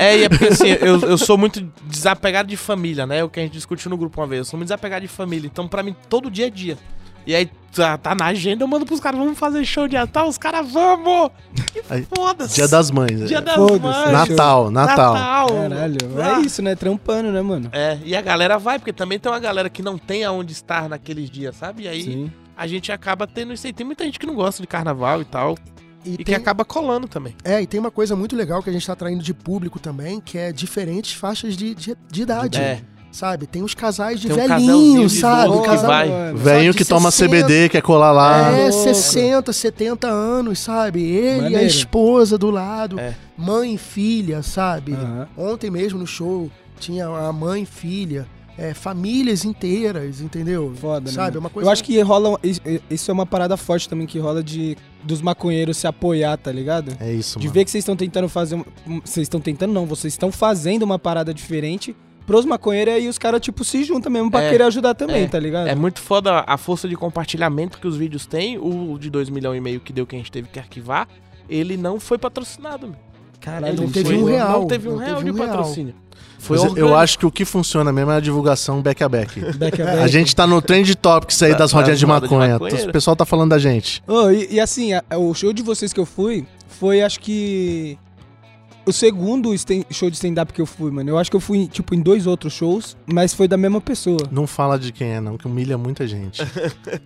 é, e é porque assim, eu, eu sou muito desapegado de família, né? É O que a gente discutiu no grupo uma vez. Eu sou muito desapegado de família. Então, pra mim, todo dia é dia. E aí, tá, tá na agenda, eu mando pros caras, vamos fazer show de Natal, os caras, vamos! Que Aí, foda-se! Dia das Mães. é. Dia das Foda-se. Mães! Natal, Natal, Caralho, Ah. é isso, né? Trampando, né, mano? É, e a galera vai, porque também tem uma galera que não tem aonde estar naqueles dias, sabe? E aí Sim. a gente acaba tendo isso aí. Tem muita gente que não gosta de carnaval e tal, E, e, tem, que acaba colando também. é, e tem uma coisa muito legal que a gente tá atraindo de público também, que é diferentes faixas de, de, de idade. É. Sabe? Tem os casais de Tem um casalzinho velhinho, de sabe? idoso que Casal- vai. mano. Velhinho Só de que toma 60. CBD, quer colar lá. É, louco. 60, 70 anos, sabe? Ele e a Maneiro. esposa do lado, É. Ah. mãe e filha, sabe? Aham. Ontem mesmo no show tinha a mãe e filha, é, famílias inteiras, entendeu? Foda, né? Sabe? mano? Uma coisa. Eu acho que rola. is- Isso é uma parada forte também que rola de dos maconheiros se apoiar, tá ligado? É, isso, De mano. ver que vocês estão tentando fazer. um- um- Vocês estão tentando, não, vocês estão fazendo uma parada diferente pros maconheiros e aí os caras, tipo, se juntam mesmo pra É, querer ajudar também, é, tá ligado? É muito foda a força de compartilhamento que os vídeos têm. O de 2 milhão e meio que deu que a gente teve que arquivar, ele não foi patrocinado. meu. Caralho, Ele não isso teve aí- um foi- real, Não teve um não real teve de um real. patrocínio. Foi Mas eu- eu orgânico. acho que o que funciona mesmo é a divulgação back a back. Back a A back. gente tá no trend topics aí Tá- das tá rodinhas de zoado de maconha. maconheiro. O pessoal tá falando da gente. Ô, e, e assim, a- o show de vocês que eu fui foi, acho que. O segundo sten- show de stand-up que eu fui, mano. Eu acho que eu fui, tipo, em dois outros shows, mas foi da mesma pessoa. Não fala de quem é, não, que humilha muita gente.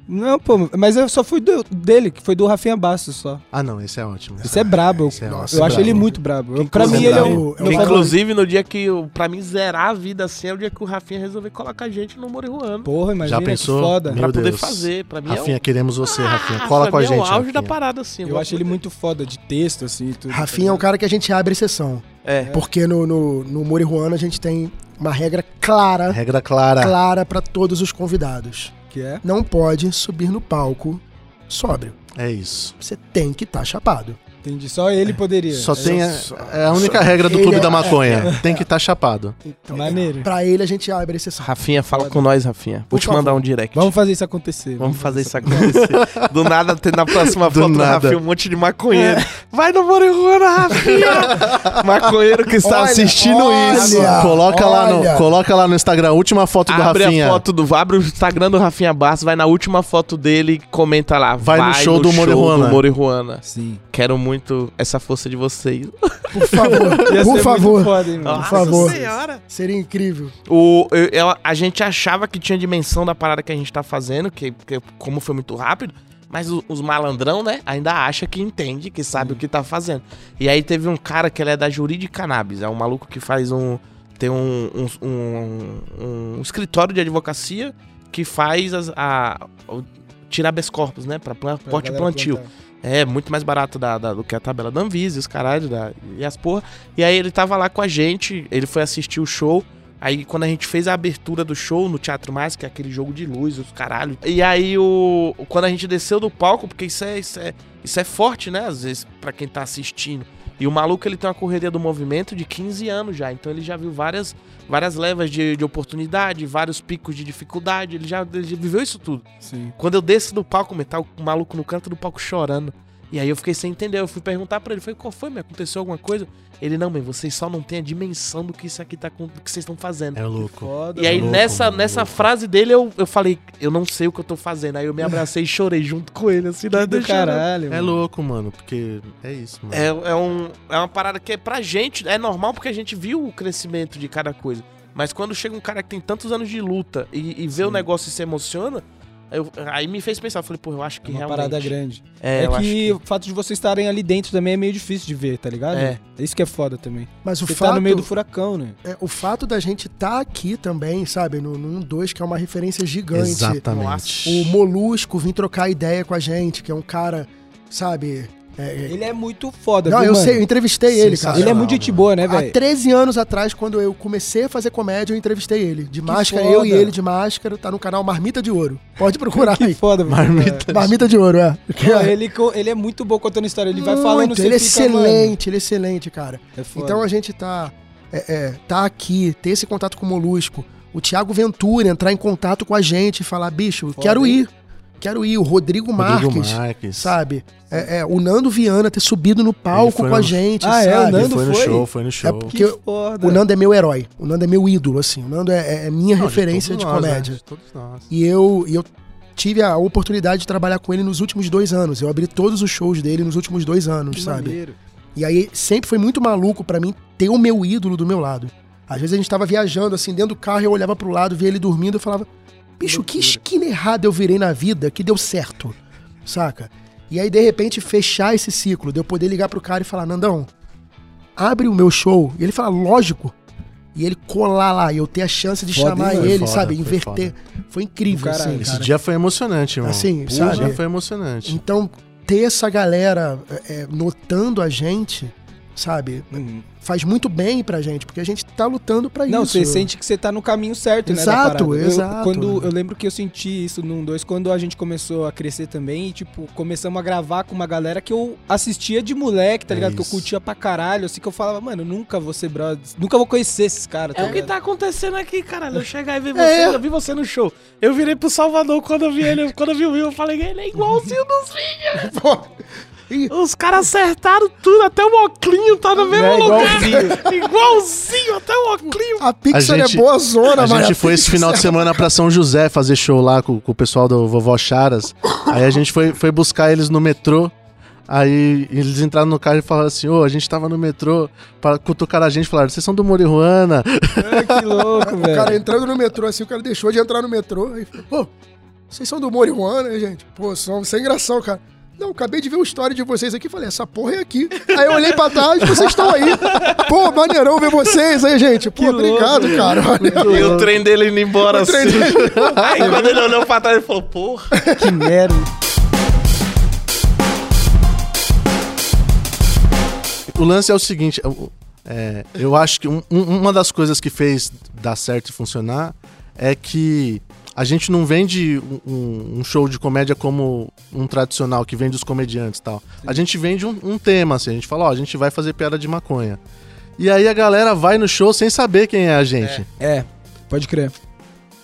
Não, pô, mas eu só fui do- dele, que foi do Rafinha Bastos só. Ah, não, esse é ótimo. Isso é brabo. Esse é eu nossa, eu acho brabo. ele muito brabo. Eu- pra mim, inclusive ele é o. é o- é meu o- favorito. Inclusive, no dia que, eu- pra mim, zerar a vida assim, é o dia que o Rafinha resolveu colocar a gente no Morihuana. Porra, imagina Já pensou? que foda. Meu Pra poder Deus. fazer. Pra mim é Rafinha, um... queremos você, Rafinha. Ah, Cola pra com a mim gente. É o auge da Rafinha. parada, assim. Eu gosto acho ele muito foda de texto, assim, e tudo. Rafinha é um cara que a gente abre exceção. né? É. Porque no, no, no Morihuana a gente tem uma regra clara, Regra É. clara. clara pra todos os convidados. Que é. Não pode subir no palco sóbrio. É isso. Você tem que estar chapado. Entendi. Só ele poderia. Só É tem a, só- é a única regra do Ele clube é- da maconha. Tem que estar chapado. Então, é Maneiro. Pra ele a gente abre exceção. Rafinha, fala com nós, Rafinha. Vou Por te favor. mandar um direct. Vamos fazer isso acontecer. Vamos fazer isso acontecer. Do nada, tem na próxima Do foto do nada. É. Rafinha um monte de maconheiro. Vai no Morihuana, Rafinha! maconheiro que está Olha, assistindo olha. isso. Coloca lá, no, olha. coloca lá no Instagram a última foto do Abre Rafinha. a foto do. Abre o Instagram do Rafinha Bastos, vai na última foto dele e comenta lá. Vai no show do Morihuana." do Morihuana. Sim. Quero muito essa força de vocês. Por favor, Ia ser por muito favor. Foda, hein, mano? Nossa favor. Senhora. Seria incrível. O, eu- ela- a gente achava que tinha dimensão da parada que a gente tá fazendo, que, que- como foi muito rápido, mas o- os malandrão, né, ainda acha que entende, que sabe o que tá fazendo. E aí teve um cara que ele é da Jurídica Cannabis, é um maluco que faz um. Tem um, um, um- um escritório de advocacia que faz as, a, o- tirar bescorpos, né, pra plan, Pra porte e galera plantio. plantar. É, muito mais barato da, da- do que a tabela da Anvisa, os caralho, da- e as porra. E aí ele tava lá com a gente, ele foi assistir o show. Aí quando a gente fez a abertura do show no Teatro Mais, que é aquele jogo de luz, os caralho. E aí o. Quando a gente desceu do palco, porque isso é, isso é, isso é forte, né? Às vezes, pra quem tá assistindo. E o maluco, ele tem uma correria do movimento de 15 anos já. Então ele já viu várias, várias levas de, de oportunidade, vários picos de dificuldade. Ele já, ele já viveu isso tudo. Sim. Quando eu desço do palco, meu, tá o maluco no canto do palco chorando. E aí eu fiquei sem entender. Eu fui perguntar pra ele, falei, qual foi, meu? Aconteceu alguma coisa? Ele, não, meu, vocês só não têm a dimensão do que isso aqui tá com- do que vocês estão fazendo. É louco. Foda. E aí, louco, nessa, mano, nessa louco. frase dele, eu, eu falei, eu não sei o que eu tô fazendo. Aí eu me abracei e chorei junto com ele, assim, nós mano. do dois chorando. caralho. É mano. louco, mano, porque é isso, mano. É, é, um, é uma parada que é pra gente, é normal porque a gente viu o crescimento de cada coisa. Mas quando chega um cara que tem tantos anos de luta e, e vê o negócio e se emociona, eu- aí me fez pensar, eu falei, pô, eu acho É que uma realmente. parada grande. É, É, eu acho que o fato de vocês estarem ali dentro também é meio difícil de ver, tá ligado? É. Isso que é foda também. Mas o Você fato tá no meio do furacão, né? é, o fato da gente estar aqui também, sabe, no, no 1-2, que é uma referência gigante. Exatamente. O Molusco vir trocar ideia com a gente, que é um cara, sabe, É, é- Ele é muito foda, Não, viu, eu mano? sei, eu entrevistei ele, cara. Ele é Sensacional, muito gente boa, né, Há velho? 13 anos atrás, quando eu comecei a fazer comédia, eu entrevistei ele. De máscara, foda. eu e ele de máscara. Tá no canal Marmita de Ouro. Pode procurar Que aí. foda, mano. Marmita. Marmita de Ouro, é. Porque, Pô, ele, co- ele é muito bom contando história. Ele vai falando Muito, você Ele é fica, mano, excelente, ele é excelente, cara. É foda. Então a gente tá, é, é, tá aqui, ter esse contato com o Molusco. O Thiago Ventura entrar em contato com a gente e falar, bicho, eu Foda, quero hein? ir. Quero ir. O Rodrigo, Marques, Marques. sabe? É, é, o Nando Viana ter subido no palco foi com a no- gente, Ah, é? O sabe? Ele Nando foi no foi? show, foi no show. É porque Que eu- foda. O Nando é meu herói. O Nando é meu ídolo, assim. O Nando é, é- é minha referência de, todos nós, né? comédia. De Todos nós. E eu, e eu tive a oportunidade de trabalhar com ele nos últimos dois anos. Eu abri todos os shows dele nos últimos dois anos, Que sabe? maneiro. E aí sempre foi muito maluco pra mim ter o meu ídolo do meu lado. Às vezes a gente tava viajando, assim, dentro do carro, eu olhava pro lado, via ele dormindo, eu falava, bicho, que esquina errada eu virei na vida que deu certo, saca? E aí, de repente, fechar esse ciclo, de eu poder ligar pro cara e falar, Nandão, abre o meu show. E ele fala, lógico. E ele colar lá, e eu ter a chance de Foda, chamar hein? Foi ele, foda, sabe? foi Inverter. Foi incrível, Caralho, assim, esse Esse cara. dia foi emocionante, irmão. Assim, Esse sabe? dia foi emocionante. Então, ter essa galera é, é, notando a gente, sabe? Uhum. faz muito bem pra gente, porque a gente tá lutando pra Não, isso. você sente que você tá no caminho certo, né? da Exato, parada. Eu- exato. quando, eu lembro que eu senti isso num dois quando a gente começou a crescer também e, tipo, começamos a gravar com uma galera que eu assistia de moleque, tá É ligado? Que eu isso. curtia pra caralho, assim, que eu falava, mano, nunca vou ser brother, nunca vou conhecer esses caras, É o que ligado? tá acontecendo aqui, caralho. Eu chegar e ver você, É. eu vi você no show. Eu virei pro Salvador quando eu vi ele, quando eu vi o Will, eu falei, ele é igualzinho dos Ih. vídeos. Os caras acertaram tudo, até o Oclinho tá no mesmo É, lugar. Igualzinho. até o Oclinho. A Pixar A gente- é boa zona, A mano. é gente foi esse final de semana pra São José fazer show lá com, com o pessoal do Vovó Charas. Aí a gente foi, foi buscar eles no metrô. Aí eles entraram no carro e falaram assim: Ô, a gente tava no metrô, para cutucar a gente, falaram: vocês são do Morihuana? Ah, que louco, O cara velho. entrando no metrô, assim, o cara deixou de entrar no metrô e falou, pô, vocês são do Morihuana, né, gente? Pô, são sem gração, cara. Não, acabei de ver o story de vocês aqui e falei, essa porra é aqui. Aí eu olhei pra trás, vocês estão aí. Pô, maneirão ver vocês aí, gente. Pô, obrigado, cara. Valeu. E o trem dele indo embora assim. trem Aí quando ele olhou pra trás, ele falou, porra. Que merda. O lance é o seguinte: eu, é, eu acho que um- um- uma das coisas que fez dar certo e funcionar é que a gente não vende um- um, um show de comédia como um tradicional que vende os comediantes e tal. A gente vende um, um tema, assim, a gente fala, ó, a gente vai fazer piada de maconha. E aí a galera vai no show sem saber quem é a gente. É, pode crer.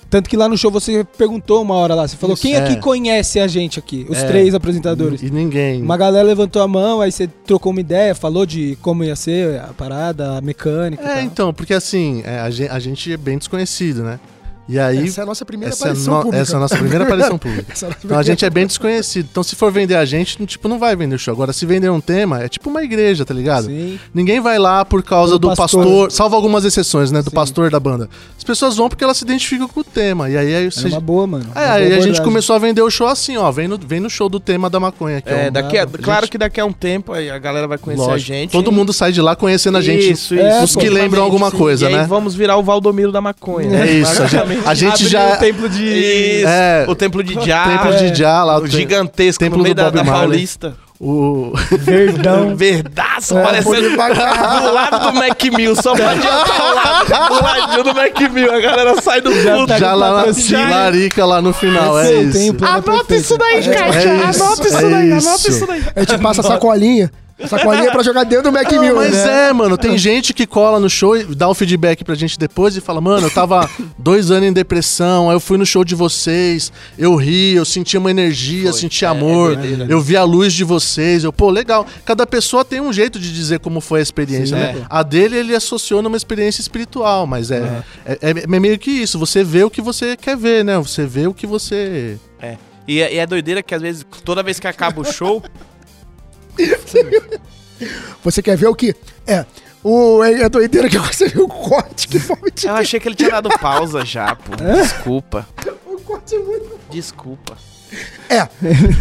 Tanto que lá no show você perguntou uma hora lá, você falou, quem é. aqui conhece a gente aqui? Os É. hum. três apresentadores. E ninguém. Uma galera levantou a mão, aí você trocou uma ideia, falou de como ia ser a parada, a mecânica. É, e tal. então, porque assim, é, a gen- a gente, é bem desconhecido, né? E aí. Essa é a nossa primeira Essa é, aparição no- pública. essa é a nossa primeira aparição pública. Essa é a nossa Então a gente é bem desconhecido. Então se for vender a gente, tipo, não vai vender o show. Agora, se vender um tema, é tipo uma igreja, tá ligado? Sim. Ninguém vai lá por causa Do do, pastor. pastor. salvo algumas exceções, né? Do pastor da banda. As pessoas vão porque elas se identificam com o tema. E aí, aí Era você- uma boa, mano. É, Uma boa aí a gente abordagem. começou a vender o show assim, ó. Vem no, vem no show do tema da maconha. Que É, um- daqui a, gente- claro que daqui a um tempo aí a galera vai conhecer lógico. a gente. Todo mundo sai de lá conhecendo a gente. Isso, É, isso. Os que lembram alguma Sim, coisa, e aí né? vamos virar o Valdomiro da maconha. É isso, a gente- a gente Abrir já- o templo de É. Isso. É. o templo de Jah, Templo de Jah lá, o o te- gigantesco templo no meio do da, Bob da Marley. Paulista. O... Verdão. Verdaço, Pô, parecendo ele vai cagar. do lado do Mac Mill, só pra adiantar o lado, o ladinho do Mac Mill, a galera sai do culto. Já lá na é. patrocínio. larica lá no final, é Esse é o isso. tempo. Anota isso daí, É Kátia, isso, anota isso é daí, anota isso. isso daí. A gente passa a sacolinha. Sacolinha pra jogar dentro do Mac Não, Mill, mas né? é, mano, tem gente que cola no show e dá um feedback pra gente depois e fala, mano, eu tava dois anos em depressão, aí eu fui no show de vocês, eu ri, eu senti uma energia, senti amor, eu vi a luz de vocês, eu, pô, legal. Cada pessoa tem um jeito de dizer como foi a experiência, Sim, né? A dele, ele associou numa experiência espiritual, mas é, é, é- é meio que isso, você vê o que você quer ver, né? Você vê o que você... É. E, é- e é doideira que às vezes, toda vez que acaba o show, Você quer ver o que? É. O, é a doideira que você viu o corte que foi de... eu achei que É? ele tinha dado pausa já, pô. Desculpa. O corte é muito. Desculpa. É.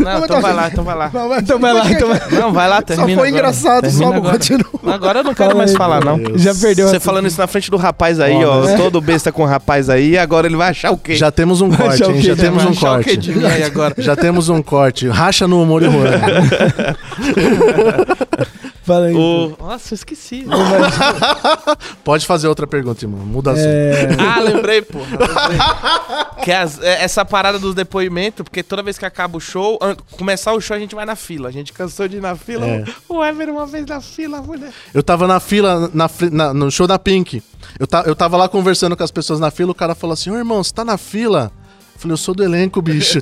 Não, então vai lá, então vai lá. Então vai lá, então vai lá. Não, vai lá, termina Ah, Só foi agora. engraçado, Termina só agora. continua. Agora eu não quero Fala mais aí, falar, não. meu Já perdeu. Você a- falando isso na frente do rapaz aí, ó. Todo besta com o rapaz aí, agora ele vai achar o quê? Já temos um corte, achar o hein? quê? Já Já temos vai um achar o quê corte. de mim aí agora? Já temos um corte. Racha no humor né? e Juan. Fala aí. O... Nossa, eu esqueci. Pode fazer outra pergunta, irmão. Muda assim. É, Ah, lembrei, porra. lembrei. que as- é- essa parada dos depoimentos, porque toda vez que acaba o show, an- começar o show a gente vai na fila. A gente cansou de ir na fila. É. O Ever uma vez na fila, mulher. Eu tava na fila, na fi- na- no show da Pink. Eu, ta- eu tava lá conversando com as pessoas na fila, o cara falou assim, ô irmão, você tá na fila? Eu falei, eu sou do elenco, bicho.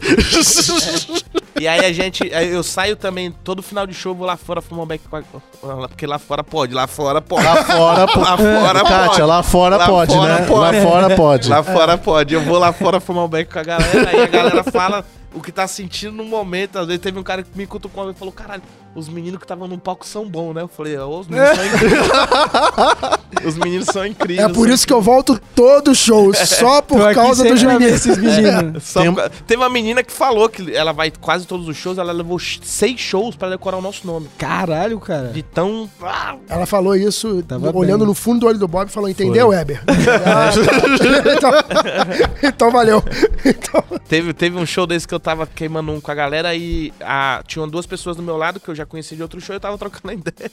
E aí a gente, aí eu saio também todo final de show, vou lá fora fumar um beck com a- porque lá fora pode, lá fora pode. lá fora, po- Lá fora Kátia, pode. lá fora Lá pode, fora né? pode. Lá fora pode. Lá fora pode. Eu vou lá fora fumar um beck com a galera e a galera fala o que tá sentindo no momento. Às vezes teve um cara que me cutucou e falou: caralho, os meninos que estavam no palco são bons, né? Eu falei: "Ó, os meninos são incríveis. os meninos são incríveis. É por isso que eu volto todo show, só tô por aqui causa sempre dos pra ver meninos. É. esses meninos. Só Tem- por causa- Teve uma menina que falou que ela vai quase todos os shows, ela levou ch- seis shows pra decorar o nosso nome. Caralho, cara. De tão. Ah, Ela falou isso Tava olhando bem. no fundo do olho do Bob e falou: Entendeu, Weber? Ah, tá. então, então valeu. Então, Teve, teve um show desse que eu tava queimando um com a galera e a, tinham duas pessoas do meu lado que eu já conheci de outro show e eu tava trocando a ideia.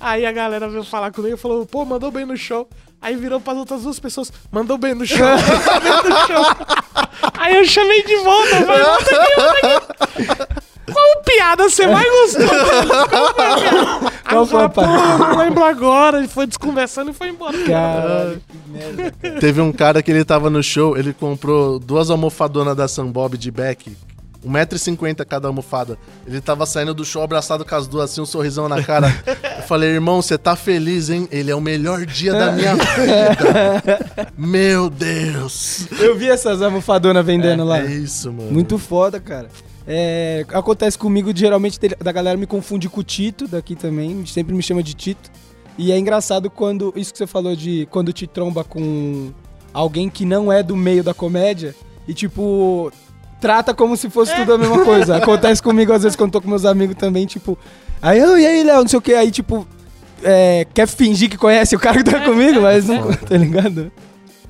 Aí a galera veio falar comigo e falou, pô, mandou bem no show. Aí virou pras outras duas pessoas, mandou bem no show, mandou bem no show. Aí eu chamei de volta, eu falei, volta aqui, volta aqui. Qual piada você mais gostou? deles? Qual foi a piada? Aí Qual eu foi a falei, pô, eu não lembro agora. Ele foi desconversando e foi embora. Caralho. Teve um cara que ele tava no show, ele comprou duas almofadonas da Sam Bob de um Beck. 1,50m cada almofada. Ele tava saindo do show abraçado com as duas, assim, um sorrisão na cara. Eu falei, irmão, você tá feliz, hein? Ele é o melhor dia da minha vida. Meu Deus. Eu vi essas almofadonas vendendo lá. É isso, mano. Muito foda, cara. É, acontece comigo, de, geralmente, ter- da galera me confunde com o Tito daqui também, sempre me chama de Tito. E é engraçado quando, isso que você falou de quando te tromba com alguém que não é do meio da comédia e, tipo, trata como se fosse tudo a mesma coisa. Acontece comigo, às vezes, quando tô com meus amigos também, tipo, aí, "Ô, e aí, Léo, não sei o que, aí, tipo, é, quer fingir que conhece o cara que tá comigo, mas não, tá ligado?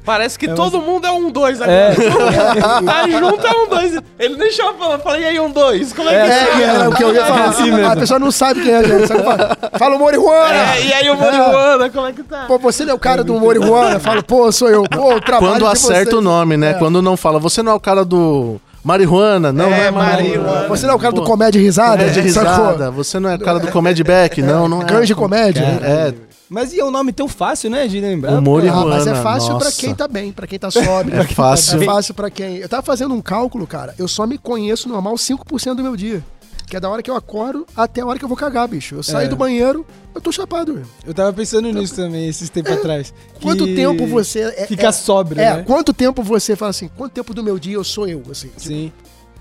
Parece que É, todo mundo é um dois É, agora. Tá junto é um dois. Ele nem chama pra lá. Fala, e aí, um dois? Como é que é, é? é, é o que eu ia falar. É assim mesmo. A pessoa não sabe quem é, gente. Sabe? Fala, fala o Morihuana! É, e aí, o Marihuana, como é que tá? Pô, você não é o cara do Morihuana? Fala, pô, sou eu. Pô, eu trabalho Quando de acerta vocês. o nome, né? Quando não fala, você não é o cara do marihuana, não é, É, marihuana. marihuana. Você não é o cara do Pô, comédia e risada? comédia gente, sacou? risada. Você não é o cara do comédia back, não, não é. Grande comédia. É, mas e é um nome tão fácil, né, de lembrar? humor e Ah, ruana. mas é fácil pra nossa. quem tá bem, pra quem tá sóbrio. É fácil. É fácil pra quem. Eu tava fazendo um cálculo, cara. Eu só me conheço normal 5% do meu dia. Que é da hora que eu acordo até a hora que eu vou cagar, bicho. Eu saio É. do banheiro, eu tô chapado. Meu. Eu tava pensando nisso também, esses tempos atrás. É, Quanto Que tempo você. É, Fica é, sóbrio, é, né? quanto tempo você fala assim, quanto tempo do meu dia eu sou eu, assim? tipo, Sim.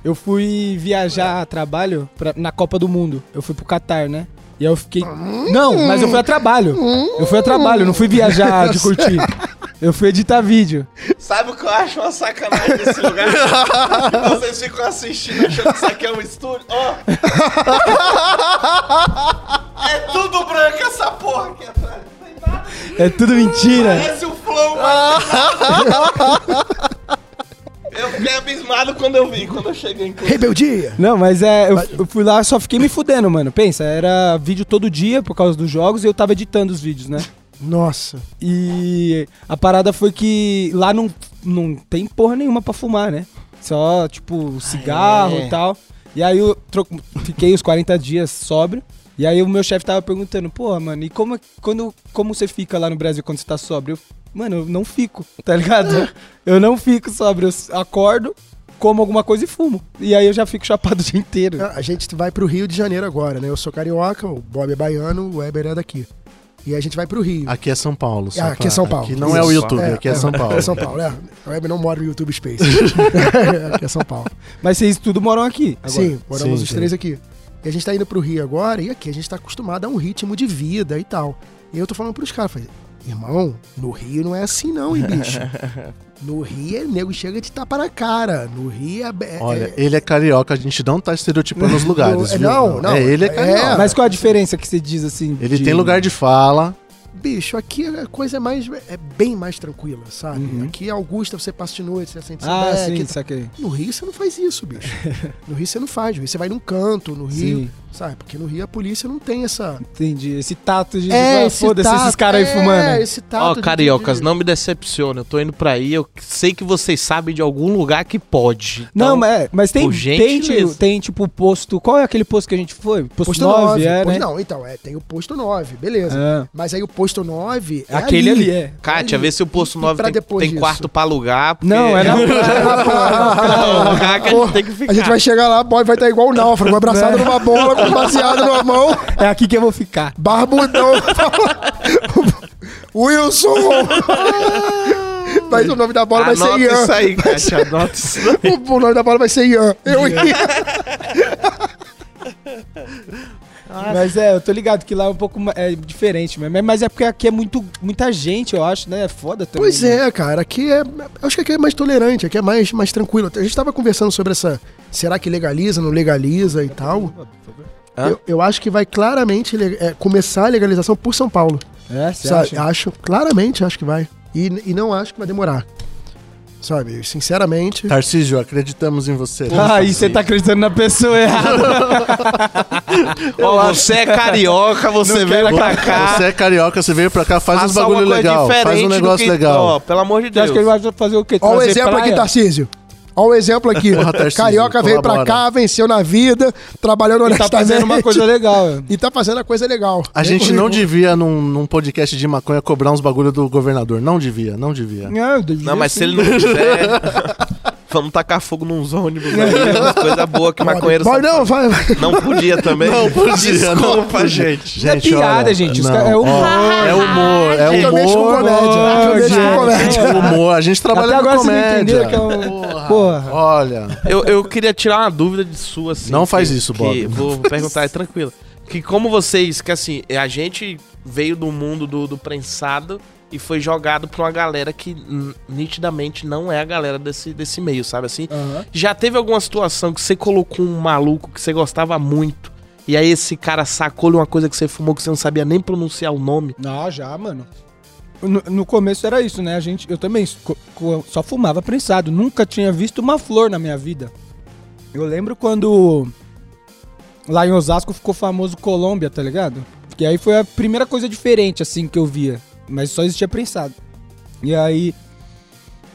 Eu fui viajar a trabalho pra- na Copa do Mundo. Eu fui pro Catar, né? E aí eu fiquei. Hum. Não, mas eu fui a trabalho. Eu fui a trabalho, eu não fui viajar de curtir. Eu fui editar vídeo. Sabe o que eu acho uma sacanagem desse lugar? Vocês ficam assistindo achando que isso aqui é um estúdio. Ó! É tudo branco essa porra aqui atrás. Não tem nada. É tudo mentira. Parece o Flow, mas Eu fiquei abismado quando eu vi, quando eu cheguei em casa. Rebeldia! Não, mas é, eu, eu fui lá, só fiquei me fudendo, mano. Pensa, era vídeo todo dia por causa dos jogos e eu tava editando os vídeos, né? Nossa. E a parada foi que lá não, não tem porra nenhuma pra fumar, né? Só, tipo, cigarro é. e tal. E aí eu tro- fiquei os 40 dias sóbrio. E aí o meu chefe tava perguntando, porra, mano, e como, é- quando, como você fica lá no Brasil quando você tá sóbrio? Eu, mano, eu não fico, tá ligado? Eu não fico sóbrio, eu s- acordo, como alguma coisa e fumo. E aí eu já fico chapado o dia inteiro. Ah. Ah, A gente vai pro Rio de Janeiro agora, né? Eu sou carioca, o Bob é baiano, o Weber é daqui. E a gente vai pro Rio. Aqui é São Paulo. só Ah, aqui é pra- São Paulo. Aqui não é o Isso. YouTube, aqui é, São Paulo. É São Paulo, é. O Web não mora no YouTube Space. aqui é São Paulo. Mas vocês tudo moram aqui. agora. Sim, moramos Sim, os sim. três aqui. E a gente tá indo pro Rio agora, e aqui a gente tá acostumado a um ritmo de vida e tal. E eu tô falando pros caras, falei, irmão, no Rio não é assim não, hein, bicho. No Rio, o nego chega de tapa na cara. No Rio é. é- Olha, ele é carioca, a gente não tá estereotipando os lugares. É, viu? não, não. É, ele é É, carioca. Mas qual a diferença que você diz assim? Ele tem lugar de fala. Bicho, aqui a coisa é mais. é bem mais tranquila, sabe? Aqui em Augusta você passa de noite, você sente Uhum. Ah, É, soneca sim, e tal. saquei. tá No Rio você não faz isso, bicho. No Rio você não faz. No Rio você vai num canto, no Rio. Sim. Sabe? Porque no Rio a polícia não tem essa. Entendi. Esse tato de. É, Ah, esse Foda-se tato- esses caras aí é, fumando. esse tato Ó, de- cariocas, de- não me decepciona. Eu tô indo pra aí, eu sei que vocês sabem de algum lugar que pode. Então, Não, mas, é, mas tem, por tem, gentileza. tipo, tem tipo posto. Qual é aquele posto que a gente foi? Posto, Posto 9, 9, é, posto- né? Não, então, é, tem o posto 9, beleza. Ah. Mas aí o posto 9 é Aquele ali, é. Kátia, vê se o Poço E 9 pra tem, depois tem disso? quarto pra alugar. porque- Não, é na Não, o lugar que a gente tem que A ficar. gente vai chegar lá, boy, vai estar igual o náufrago, abraçado numa bola, com um baseado numa mão, É aqui que eu vou ficar. barbudão. Wilson! Mas o nome da bola vai Anota ser Ian. isso aí, Kátia, anota isso aí. O, o nome da bola vai ser Ian. Eu ia. Ah. Mas é, eu tô ligado que lá é um pouco ma- é diferente mesmo. Mas é porque aqui é muito, muita gente, eu acho, né? É foda também. Pois né? é, cara. Aqui é. eu Acho que aqui é mais tolerante, aqui é mais, mais tranquilo. A gente tava conversando sobre essa. Será que legaliza, não legaliza e tal? Hã? Eu, eu acho que vai claramente le- é, começar a legalização por São Paulo. É, você Sabe? acha? Acho, claramente acho que vai. E, e não acho que vai demorar. Sabe? Sinceramente. Tá. Tarcísio, acreditamos em você. Ah, e você tá acreditando na pessoa errada. Ó, você é carioca, você Não veio quero pra cá. Você é carioca, você veio pra cá, faz uns faça alguma bagulho coisa legal, faz um diferente do negócio que- Ó, legal. pelo amor de Você Deus. acha que é ele vai fazer o quê? Olha o Trazer exemplo é tá praia? aqui, Tarcísio. Olha o exemplo aqui. Porra, Tarcísio, Carioca veio pra colabora. cá, venceu na vida, trabalhando Ele tá honestamente. fazendo uma coisa legal. é. E tá fazendo a coisa legal. A gente Currículo. não devia, num, num podcast de maconha, cobrar uns bagulho do governador. Não devia, não devia. Não, do Não, jeito mas se ele não quiser, vamos tacar fogo nos ônibus. Né? Umas coisa boa que maconheiro Boy, sabe não, vai. vai. fazer. Não podia também. Não podia, não Desculpa, podia. gente. é piada, gente, os caras- é humor. Ó, é humor, é Eu mexo com humor. comédia. né? Eu mexo com gente. comédia. É humor, a gente trabalha Até agora com você não comédia. entendeu que é um- Porra. Porra. Olha, Eu, eu queria tirar uma dúvida de sua, assim. Não faz isso, que Bob. Vou perguntar, é tranquilo. Que como vocês, que assim, a gente veio do mundo do, do prensado e foi jogado pra uma galera que n- nitidamente não é a galera desse, desse meio, sabe assim? Aham. Já teve alguma situação que você colocou um maluco que você gostava muito e aí esse cara sacou-lhe uma coisa que você fumou que você não sabia nem pronunciar o nome? Não, já, mano. No, no começo era isso, né? A gente, eu também co- co- só fumava prensado. Nunca tinha visto uma flor na minha vida. Eu lembro quando lá em Osasco ficou famoso Colômbia, tá ligado? Que aí foi a primeira coisa diferente, assim, que eu via. Mas só existia prensado. E aí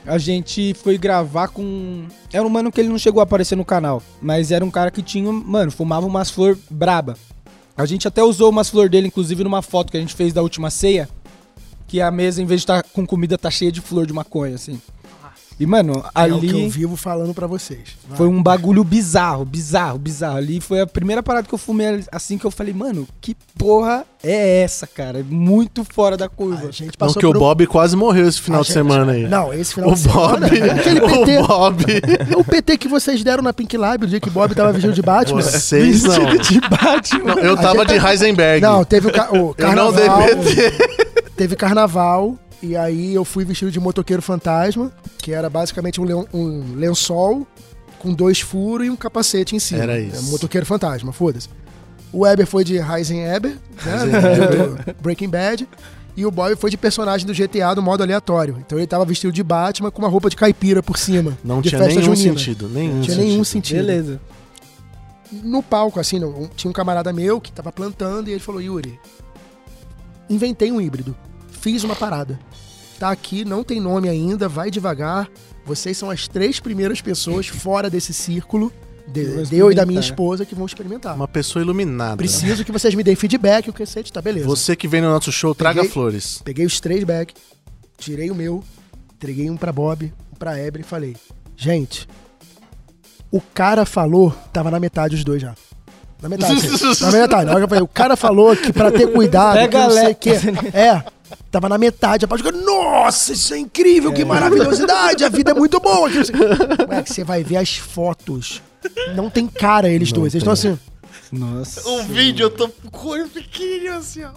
a gente foi gravar com. Era um mano que ele não chegou a aparecer no canal. Mas era um cara que tinha. Mano, fumava umas flor braba. A gente até usou umas flor dele, inclusive, numa foto que a gente fez da última ceia. Que a mesa, em vez de estar com comida, tá cheia de flor de maconha, assim. E, mano, É o que eu ali vivo falando pra vocês. Vai. foi um bagulho bizarro, bizarro, bizarro. Ali foi a primeira parada que eu fumei assim que eu falei, mano, que porra é essa, cara? É muito fora da curva. A gente não passou que o por um- Bob quase morreu esse final A de gente- semana aí. Não, esse final o de semana. Bob, Aquele PT. o Bob. O PT que vocês deram na Pink Lab, o dia que o Bob tava vigiando de Batman. Vocês não. De Batman. Eu tava de Heisenberg. Não, teve o, ca- o eu não carnaval. dei PT. Teve carnaval. E aí eu fui vestido de motoqueiro fantasma, que era basicamente um, len- um lençol com dois furos e um capacete em cima. Era isso. É, motoqueiro fantasma, foda-se. O Eber foi de Heisen Eber, né? do Breaking Bad. E o Bob foi de personagem do GTA do modo aleatório. Então ele tava vestido de Batman com uma roupa de caipira por cima. Não de tinha festa nenhum junina. sentido. Nenhum Não tinha sentido. nenhum sentido. Beleza. no palco, assim, não, um- tinha um camarada meu que tava plantando e ele falou: Yuri, inventei um híbrido. Fiz uma parada. Tá aqui, não tem nome ainda, vai devagar. Vocês são as três primeiras pessoas fora desse círculo, de, vou de eu e da minha experimentar. esposa, que vão experimentar. Uma pessoa iluminada. Preciso que vocês me deem feedback, o cacete, tá beleza. Você que vem no nosso show, traga Peguei- flores. Peguei os três back, tirei o meu, entreguei um pra Bob, um pra Ebre e falei: Gente, o cara falou, tava na metade os dois já. Na metade. assim, na metade. Na hora que eu falei, o cara falou que pra ter cuidado, Pega que não sei leve. o quê. É. Tava na metade, a parte ficou, nossa, isso é incrível, que maravilhosidade, a vida é muito boa. que não sei o quê." Ué, que você vai ver as fotos. Não tem cara eles dois. Eles estão assim. Nossa. vídeo, eu tô com o olho pequenininho assim, ó.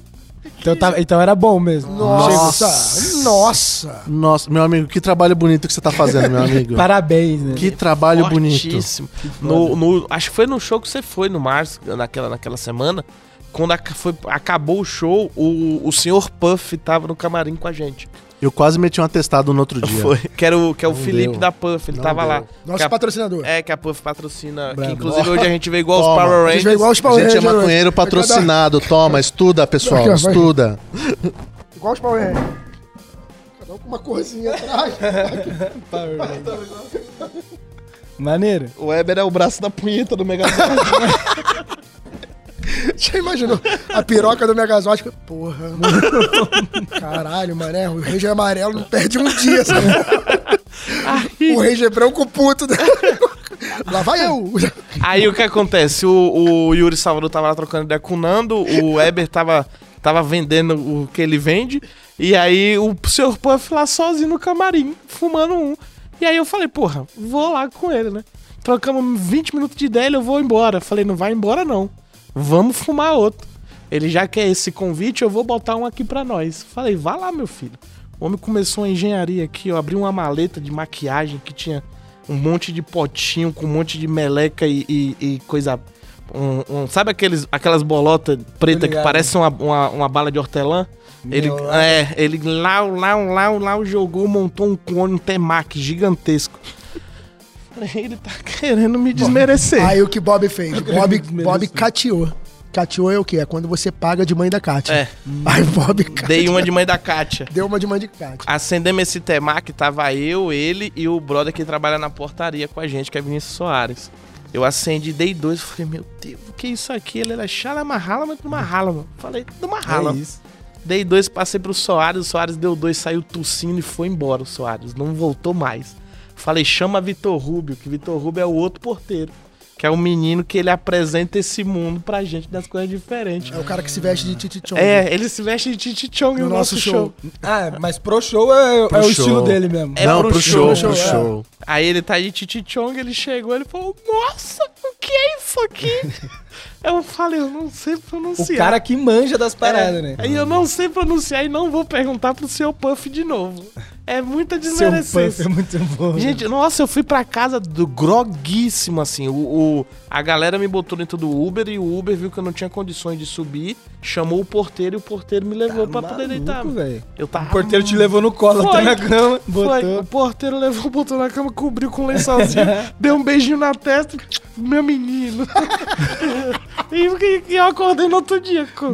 Então, tava- então era bom mesmo. Nossa! Nossa! Nossa, meu amigo, que trabalho bonito que você tá fazendo, meu amigo. Parabéns, né? Que trabalho bonito. Fortíssimo. No, no- acho que foi no show que você foi no março, naquela, naquela semana. Quando aca- foi- acabou o show, o, o senhor Puff tava no camarim com a gente. Eu quase meti um atestado no outro dia. Foi. Que, era o, que é o Felipe deu. da Puff, ele Não tava lá. deu. Nosso que a, patrocinador. É, que a Puff patrocina. Brabo. Que inclusive hoje a gente veio igual Toma. os Power A A gente vai Rangers. igual os Power Gente, é Rangers. né? maconheiro Vai cada- patrocinado. Toma, estuda, pessoal. Aqui, ó, vai. estuda. Igual os Power Rangers. Cada um com uma corzinha atrás. Maneiro. O Weber é o braço da punheta do Mega Já imaginou? A piroca do Megazord. Porra. mano. Caralho, mané. O Ranger amarelo não perde um dia. Sabe? o Ranger branco puto. né? Lá vai eu. Aí o que acontece? O, o Yuri Salvador tava lá trocando ideia com o Nando, o Weber tava, tava vendendo o que ele vende, e aí o Sr. Puff lá sozinho no camarim, fumando um. E aí eu falei, porra, vou lá com ele, né? Trocamos 20 minutos de ideia, ele, eu vou embora. Falei, não vai embora não, vamos fumar outro. Ele já quer esse convite, eu vou botar um aqui pra nós. Falei, vá lá, meu filho. O homem começou a engenharia aqui, ó, abriu uma maleta de maquiagem que tinha um monte de potinho com um monte de meleca e, e- e coisa. um- um- sabe aqueles, aquelas bolotas preta que ligado. parecem uma, uma, uma bala de hortelã? Ele, é, ele lá, lá, lá, lá, jogou, montou um cone, um temac gigantesco. Falei, Ele tá querendo me desmerecer. Aí o que Bob fez? Bob, Bob né? cateou. Cateou é o quê? É quando você paga de mãe da Kátia. É. Aí Bob cateou. Dei uma de mãe da Kátia. Deu uma de mãe de Kátia. Acendemos esse tema que tava eu, ele e o brother que trabalha na portaria com a gente, que é Vinícius Soares. Eu acendi, dei dois, falei, meu Deus, o que é isso aqui? Ele era chala marrala, mas do marrala, mano. Falei, do marrala. É isso. dei dois, passei pro Soares, o Soares deu dois, saiu tossindo e foi embora o Soares, não voltou mais. Falei, chama Vitor Rubio, que Vitor Rubio é o outro porteiro, que é o menino que ele apresenta esse mundo pra gente das coisas diferentes. É o cara que se veste de Titi Chong. É, ele se veste de Titi Chong no, nosso show. Ah, mas pro show é, é o Pro estilo show. dele mesmo. É Não, pro pro, show, show, pro pro show, show. Aí ele tá de titichong, ele chegou, ele falou, nossa, o que é isso aqui? eu falei, eu não sei O pronunciar. cara que manja das paradas, né? Aí eu não sei pronunciar e não vou perguntar pro seu Puff de novo. É muita Seu puff é desmerecência. muito bom. Gente, nossa, eu fui pra casa do groguíssimo, assim. O, o- a galera me botou dentro do Uber e o Uber viu que eu não tinha condições de subir, chamou o porteiro e o porteiro me levou pra poder deitar. Tá velho. Eu tava O porteiro te levou no colo até Foi. na cama. Foi. Botou. O porteiro levou, botou na cama, cobriu com um lençolzinho, deu um beijinho na testa, meu menino. e, e eu acordei no outro dia com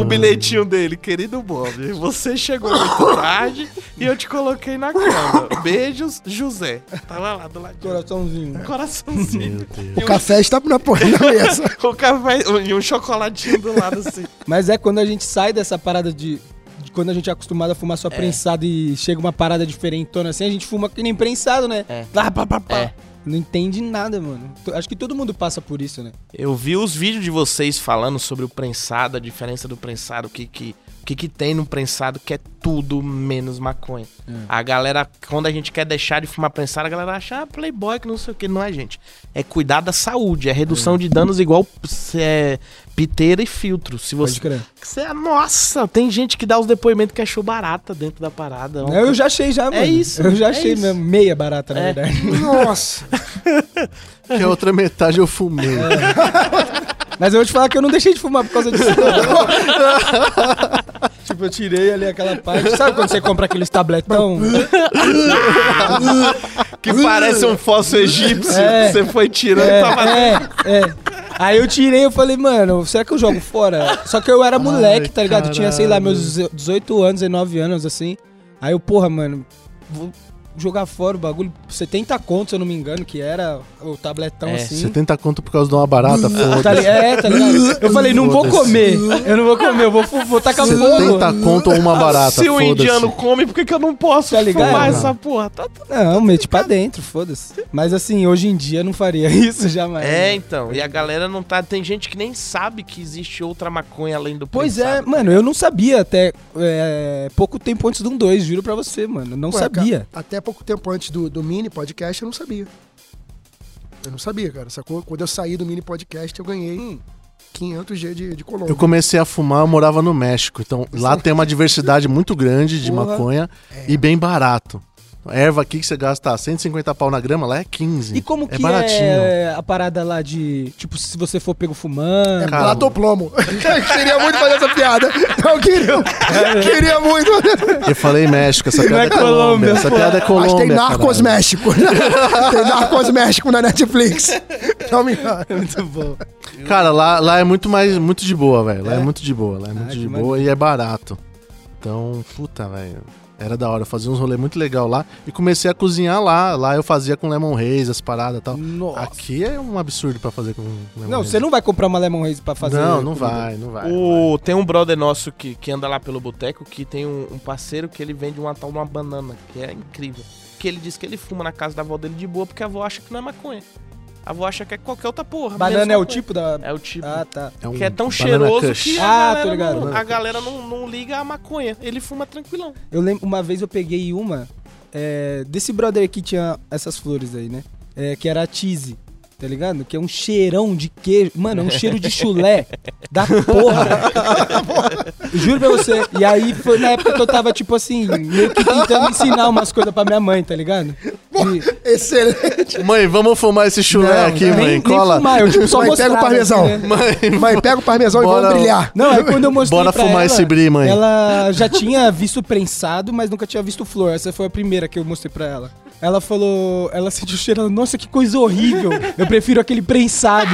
o bilhetinho dele, querido Bob. Você chegou muito tarde e eu te coloquei na cama. Beijos, José. Tava lá do lado. Coraçãozinho. Coraçãozinho. O café está na porra da mesa. O café e um chocolatinho do lado assim. Mas é quando a gente sai dessa parada de. de Quando a gente é acostumado a fumar só prensado e chega uma parada diferentona assim, a gente fuma que nem prensado, né? É. Lá, pá, pá, pá. É. Não entende nada, mano. T- Acho que todo mundo passa por isso, né? Eu vi os vídeos de vocês falando sobre o prensado, a diferença do prensado, o que que, o que, que tem no prensado que é tudo menos maconha. É. A galera, quando a gente quer deixar de fumar prensado, a galera acha, ah, playboy, que não sei o que. Não é, gente. É cuidar da saúde, é redução de danos igual é, piteira e filtro. Se você... Pode crer. Você- nossa, tem gente que dá os depoimentos que achou barata dentro da parada. É, Eu já achei já, mano. isso, Eu já é achei isso. mesmo. Meia barata, na É. verdade. Nossa. Que a outra metade eu fumei. Mas eu vou te falar que eu não deixei de fumar por causa disso. não. tipo, eu tirei ali aquela parte. Sabe quando você compra aqueles tabletão? Que parece um fóssil egípcio. É. Você foi tirando É, e tava é, é. Aí eu tirei, eu falei, mano, será que eu jogo fora? Só que eu era moleque, tá ligado? Eu Tinha, sei lá, meus 18 anos, 19 anos, assim. Aí eu, porra, mano, vou jogar fora o bagulho. 70 conto, se eu não me engano, que era o tabletão, É, assim. 70 conto por causa de uma barata, Tá li- foda-se. é, tá ligado? Eu falei, não vou Foda-se. comer. Eu não vou comer, eu vou, fu- vou tacar fogo. 70 conto ou uma barata, Se o foda-se. indiano come, por que, que eu não posso Tá ligado? fumar Não. essa porra? Tá tudo- Não, meti pra dentro, foda-se. Mas assim, hoje em dia eu não faria isso jamais. É, então. E a galera não tá. Tem gente que nem sabe que existe outra maconha além do Pois é, prensado. né? mano, eu não sabia até é, pouco tempo antes de um 2, juro pra você, mano. Não é Ué, sabia. cara, até pouco tempo antes do, do mini podcast, eu não Hum. sabia. Eu não sabia, cara. Sacou? Quando eu saí do mini podcast, eu ganhei 500 dias de, de Colômbia. Eu comecei a fumar, eu morava no México. Então lá tem uma diversidade muito grande de Porra. maconha e bem barato. A erva aqui que você gasta 150 pau na grama, lá é 15. E como é que baratinho. é a parada lá de. Tipo, se você for pego fumando. É Cara, platoplomo. queria muito fazer essa piada. Não, queria. queria muito. Eu falei México, essa piada é Colômbia, Colômbia. Essa pô. piada é Colômbia. Mas tem Narcos caralho. México. tem Narcos México na Netflix. Não me engano. Muito bom. Cara, lá, lá é muito mais muito de boa, velho. Lá é? É? muito de boa, lá é muito que de maneiro. boa e é barato. Então, puta, velho. Era da hora, eu fazia uns rolês muito legal lá e comecei a cozinhar lá. Lá eu fazia com lemon raise, as paradas e tal. Nossa. Aqui é um absurdo pra fazer com lemon Não, haze. você não vai comprar uma Lemon Haze pra fazer. Não, não comida. vai, não vai. não vai. O, tem um brother nosso que, que anda lá pelo boteco que tem um, um parceiro que ele vende uma tal de uma banana, que é incrível. Que ele diz que ele fuma na casa da avó dele de boa porque a avó acha que não é maconha. A avó acha que é qualquer outra porra. menos Banana é o maconha. tipo da. É o tipo. Ah, tá. É um que é tão banana cheiroso kush. que Ah, a tô galera, ligado. não, a galera não, não liga a maconha. Ele fuma tranquilão. Eu lembro, uma vez eu peguei uma é, desse brother aqui tinha essas flores aí, né? É, que era a cheese, tá ligado? Que é um cheirão de queijo. Mano, é um cheiro de chulé da porra. Juro pra você. E aí foi na época que eu tava, tipo assim, meio que tentando ensinar umas coisas pra minha mãe, tá ligado? E- Excelente. Mãe, vamos fumar esse chulé Não, aqui, é- nem, mãe. nem Cola. fumar, eu tipo, só Mãe, pega mostrava, o parmesão. assim, né? Mãe, Mãe, pega o parmesão e Bora. vamos brilhar. Não, aí quando eu mostrei Bora pra ela, fumar esse brie, mãe. Ela já tinha visto prensado, mas nunca tinha visto flor. Essa foi a primeira que eu mostrei pra ela. Ela falou, ela sentiu o cheiro, ela, nossa, que coisa horrível. Eu prefiro aquele prensado.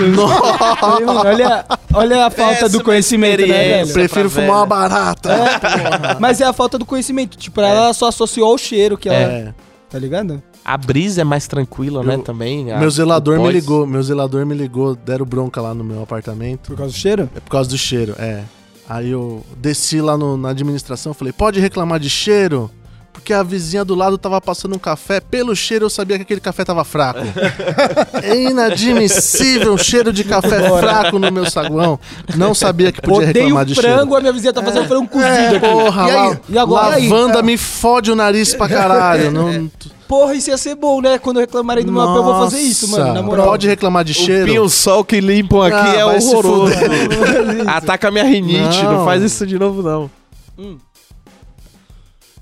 Falei, "Mano, olha, olha a falta do Péssima é conhecimento, né, experiência. velho? prefiro pra fumar velha. uma barata. Mas é a falta do conhecimento. Tipo, pra ela, ela só associou ao cheiro que ela. É. Tá ligado? A brisa é mais tranquila, né, também. a- Meu zelador o me pós. ligou, meu zelador me ligou, deram bronca lá no meu apartamento. Por causa do cheiro? É por causa do cheiro, é. Aí eu desci lá no- na administração, falei, pode reclamar de cheiro? Porque a vizinha do lado tava passando um café, pelo cheiro eu sabia que aquele café tava fraco. É inadmissível um cheiro de café fraco no meu saguão. Não sabia que podia Odeio reclamar de É. frango, a minha vizinha tá fazendo frango cozido cheiro. aqui. Porra, E aí? la- E É. agora? lavanda me fode o nariz pra caralho. Não, Porra, isso ia ser bom, né? Quando eu reclamarei do meu apel, eu vou fazer isso, mano. Na Nossa, moral. Pode reclamar de cheiro. O sol que limpam aqui Ah, é vai se horroroso. fuder. é Ataca minha rinite, Não. não faz isso de novo, não.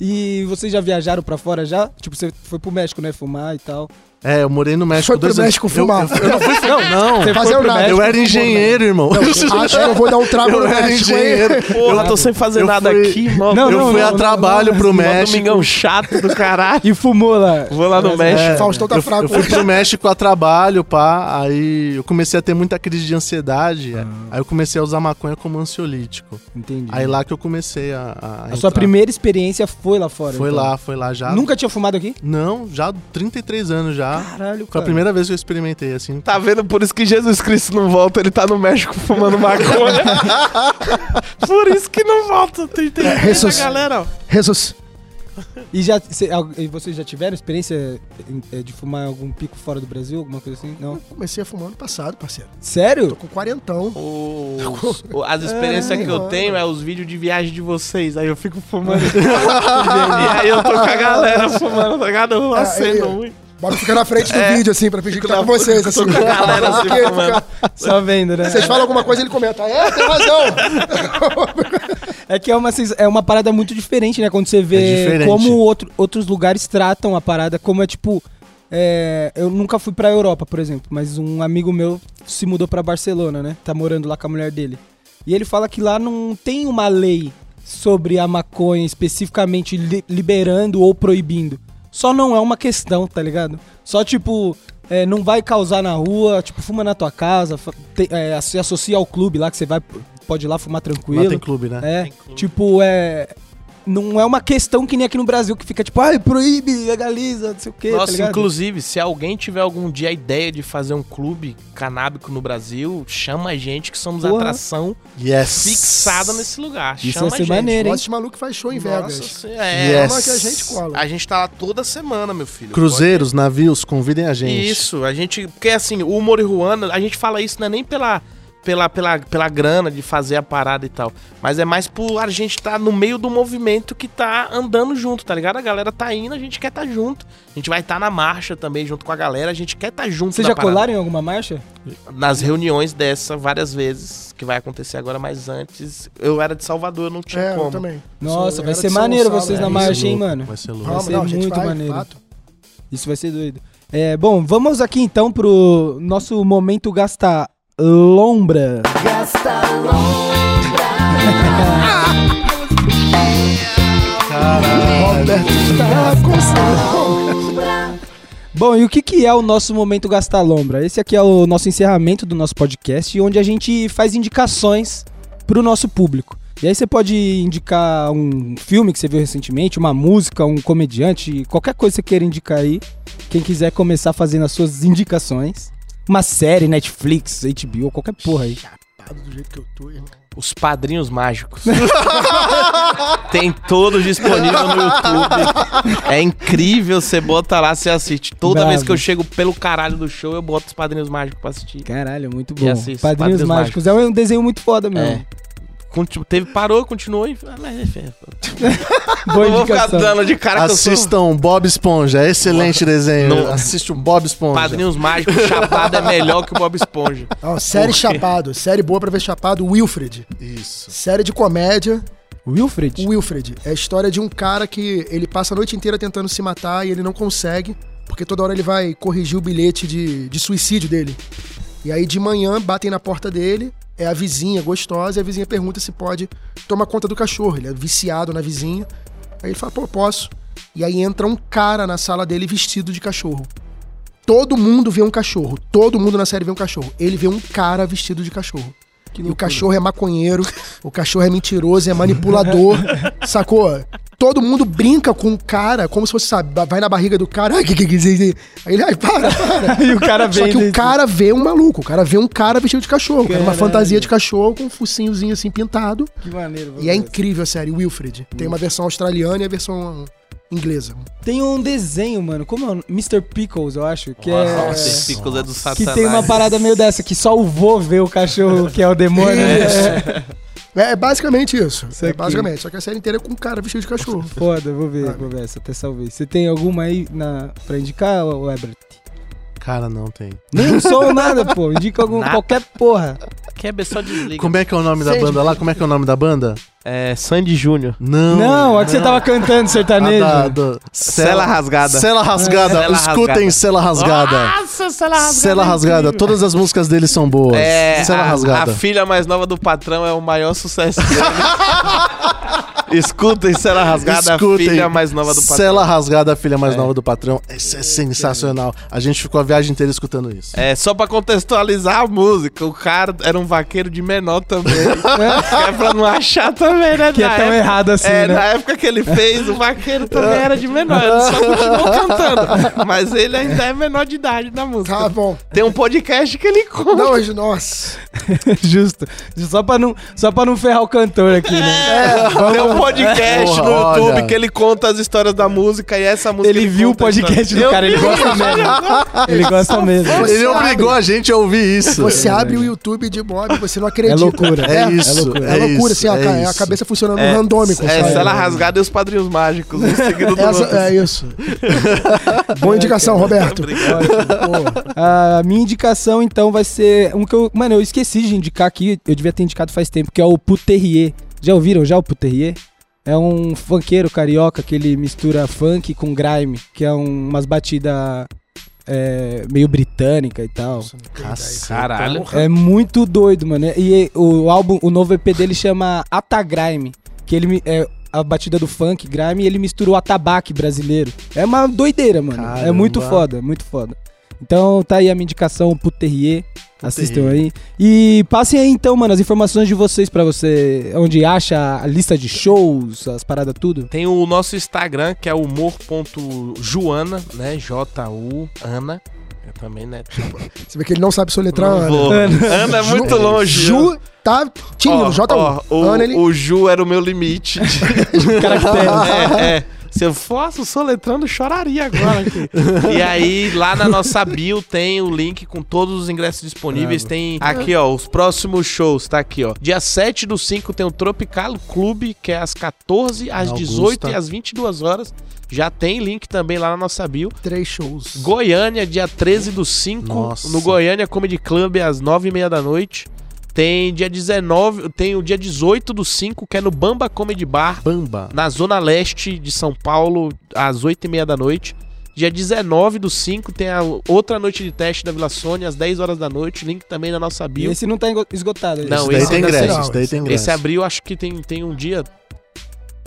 E vocês já viajaram pra fora já? Tipo, você foi pro México, né? Fumar e tal. É, eu morei no México Foi pro dois anos. México Eu- fumar. Eu, eu não fui fumar, não. Você Fazer foi o nada. Ah, Eu México, era engenheiro, irmão. ah, Acho tá. que eu vou dar um trago Eu no era México, hein? engenheiro. Porra, tô sem fazer eu nada fui- aqui, mano. Não, eu não, fui não, a não, trabalho não, pro Mó México. domingão chato do caralho. E fumou lá. Vou lá no é. México. Faustão tá eu, fraco. eu fui pro México a trabalho, pá. Aí eu comecei a ter muita crise de ansiedade. é. Ah. Aí eu comecei a usar maconha como ansiolítico. Entendi. Aí lá que eu comecei a. A, a sua entrar. primeira experiência foi lá fora. Foi então. lá, foi lá já. Nunca tinha fumado aqui? Não, já há 33 anos já. Caralho, Foi cara. a primeira vez que eu experimentei, assim. Tá vendo? Por isso que Jesus Cristo não volta, ele tá no México fumando maconha. Por isso que não volta. Tem, tem É, ressus- galera, ó. Jesus. E já, cê- al- e vocês já tiveram experiência em- eh, de fumar em algum pico fora do Brasil? Alguma coisa assim? Não. Comecei a fumar ano passado, parceiro. Sério? Com quarentão. Os- o- as experiências que eu tenho é os vídeos de viagem de vocês. Aí eu fico fumando. e aí eu tô com a galera fumando, tá ligado? Eu Ah, É, acendo um. aí, muito. Bora ficar na frente do vídeo, assim, pra fingir que tá com vocês, assim. com a galera, assim, Porque fumando. fica- Só vendo, né? Vocês falam alguma coisa, ele comenta. É, tem razão. É que é uma, sens- é uma parada muito diferente, né? Quando você É vê diferente. como outro- outros lugares tratam a parada, como é tipo. é, eu nunca fui pra Europa, por exemplo, mas um amigo meu se mudou pra Barcelona, né? Tá morando lá com a mulher dele. E ele fala que lá não tem uma lei sobre a maconha especificamente li- liberando ou proibindo. Só não é uma questão, tá ligado? Só tipo, é, não vai causar na rua, tipo, fuma na tua casa, fa- te- é, se associa ao clube lá que você vai, pode ir lá fumar tranquilo. Lá tem clube, né? É, tipo, é. Não é uma questão que nem aqui no Brasil que fica tipo, ai, proíbe, legaliza, não sei o quê. tá Nossa, ligado? inclusive, se alguém tiver algum dia a ideia de fazer um clube canábico no Brasil, chama a gente que somos Porra. atração Yes. fixada nesse lugar. Isso chama ia ser a gente. maneiro, hein? Nossa, esse maluco faz show em Nossa, Vegas. senhora, é, Yes. Chama que a gente cola. A gente tá lá toda semana, meu filho. Cruzeiros, navios, convidem a Pode- gente. Isso, a gente. Porque assim, o Morihuana, a gente fala isso não é nem pela pela, pela, pela grana de fazer a parada e tal. Mas é mais por a gente tá no meio do movimento que tá andando junto, tá ligado? A galera tá indo, a gente quer tá junto. A gente vai estar tá na marcha também junto com a galera, a gente quer tá junto. Vocês na já parada. colaram em alguma marcha? Nas reuniões dessa, várias vezes, que vai acontecer agora, mas antes eu era de Salvador, eu não tinha É, eu como. também. Nossa, Sou- vai era ser de São maneiro Gonçalo, vocês é. na Vai ser margem, hein, louco, mano? Vai ser louco. Vamos, ser não, a gente muito vai, maneiro. fato. Isso vai ser doido. É, bom, vamos aqui então pro nosso momento gasta lombra. Roberto está com Bom, e o que, que é o nosso momento gastar lombra? Esse aqui é o nosso encerramento do nosso podcast, onde a gente faz indicações pro nosso público. E aí você pode indicar um filme que você viu recentemente, uma música, um comediante, qualquer coisa que você queira indicar aí. Quem quiser começar fazendo as suas indicações. Uma série, Netflix, HBO, qualquer porra aí. Chapado do jeito que eu tô, irmão. Os padrinhos mágicos. Tem todos disponíveis no YouTube. É incrível, você bota lá, você assiste. Toda Bravo. vez que eu chego pelo caralho do show, eu boto os padrinhos mágicos pra assistir. Caralho, é muito bom. E assista, Padrinhos Padrinhos Mágicos. É um desenho muito foda mesmo. É. Conti- teve, parou, continuou e. Ah, mas, enfim, Boa eu vou ficar indicação. dando de cara que eu Assistam Bob Esponja, é excelente desenho. Assiste o Bob sou. Esponja. Padrinhos mágicos, chapado é melhor que o Bob Esponja. Ó, série Chapado, série boa pra ver Chapado, Wilfred. Isso. Série de comédia, Wilfred? O Wilfred é a história de um cara que ele passa a noite inteira tentando se matar e ele não consegue, porque toda hora ele vai corrigir o bilhete de, de suicídio dele. E aí de manhã batem na porta dele, é a vizinha gostosa, e a vizinha pergunta se pode tomar conta do cachorro. Ele é viciado na vizinha. Aí ele fala, pô, posso. E aí entra um cara na sala dele vestido de cachorro. Todo mundo vê um cachorro. Todo mundo na série vê um cachorro. Ele vê um cara vestido de cachorro. E o cachorro é maconheiro, o cachorro é mentiroso, é manipulador, sacou? Todo mundo brinca com o cara, como se fosse, sabe, vai na barriga do cara. Ai, que que que isso aí? Aí ele, ai, para, para. E o cara Só vem que o desse- cara vê um maluco, o cara vê um cara vestido de cachorro, cara, uma Caralho. fantasia de cachorro com um focinhozinho assim pintado. Que maneiro. E é incrível a série, Wilfred. Tem uma versão australiana e a versão inglesa. Tem um desenho, mano, como é? o- Mr. Pickles, eu acho, que Nossa, é... Pickles é do Que satanás. tem uma parada meio dessa, que só o vô vê o cachorro que é o demônio. É. É, é basicamente isso. Isso é aqui. basicamente. Só que a série inteira é com um cara vestido de cachorro. Foda, vou ver, vou ver essa, até salvei. Você tem alguma aí na... pra indicar, ô, Ebert? Cara, não tem. Nem um som, nada, pô. Indica algum, Nada. qualquer porra. Quebra, só desliga. Como é que é o nome da Seja- banda lá? Como é que é o nome da banda? É, Sandy Júnior. Não. Não, a que você tá tava cantando, A sertanejo. da- do- Cela rasgada. Cela rasgada. Cela Escutem rasgada. Cela rasgada. Nossa, Cela Cela rasgada. Todas as músicas deles são boas. É, Cela a, rasgada. a filha mais nova do patrão é o maior sucesso dele. Escutem, Cela Rasgada, Escutem. a filha mais nova do patrão. É. Cela rasgada, a filha mais nova do patrão. Isso é sensacional. A gente ficou a viagem inteira escutando isso. É, só pra contextualizar a música, o cara era um vaqueiro de menor também. é pra não achar também, né? Que é na tão época- errado assim, É, né? na época que ele fez, o vaqueiro também era de menor. Ele só continuou cantando. Mas ele ainda é menor de idade na música. Tá bom. Tem um podcast que ele conta. Não, hoje, nossa. Justo. Só pra, não, só pra não ferrar o cantor aqui, né? Tem um podcast Porra, no YouTube olha. que ele conta as histórias da música e essa música. Ele viu o conta a história. podcast do Eu cara, ele vi. gosta mesmo. Ele gosta mesmo. Ele Você obrigou a gente a ouvir isso. Você é abre o YouTube de Bob, você não É acredita. loucura. É isso, loucura. É, loucura, assim, isso, a é ca- a, isso. cabeça funcionando É, randômico. É, sabe? Cela Rasgada e os Padrinhos Mágicos, um seguido do Essa- outro. é isso. Boa indicação, Roberto. Ótimo. Ah, A minha indicação, então, vai ser um que eu. Mano, eu esqueci de indicar aqui, eu devia ter indicado faz tempo, que é o Puterrier. Já ouviram já o Puterrier? É um funkeiro carioca que ele mistura funk com grime, que é um- umas batidas é, meio britânica e tal. Caralho. É muito doido, mano. E o álbum, o novo EP dele chama Atagrime, que ele mi- é a batida do funk grime e ele misturou atabaque brasileiro. É uma doideira, mano. É Caramba. muito foda, muito foda. Então tá aí a minha indicação pro Terrier. Assistam aí. E passem aí então, mano, as informações de vocês pra você, onde acha a lista de shows, as paradas tudo. Tem o nosso Instagram, que é humor.joana, né? J-U, Ana. Eu também, né? Você vê que ele não sabe soletrar Não vou. Ana. Ana é muito longe. Ju tá Ó, tímido, J1. ó, o, Ana, ele... o Ju era o meu limite. De... Caractere. É, é. Se eu fosse o Soletrando, eu choraria agora aqui. e aí, lá na nossa bio tem o link com todos os ingressos disponíveis. Tem aqui, ó, os próximos shows, tá aqui, ó. Dia 7 do 5 tem o Tropicalo Clube, que é às 14, às Augusta. 18 e às 22 horas. Já tem link também lá na nossa bio. Três shows. Goiânia, dia 13 do 5, Nossa. no Goiânia Comedy Club, às 9h30 da noite. Tem dia 19, tem o dia 18 do 5, que é no Bamba Comedy Bar, Bamba. na Zona Leste de São Paulo, às 8h30 da noite. Dia 19 do 5 tem a outra noite de teste da Vila Sônia, às 10 horas da noite. Link também na nossa E bio. Esse, esse não tá engo- esgotado. Não, isso daí esse é tem ainda ingresso, será, isso daí tem é ingresso. abril, acho que tem, tem um dia.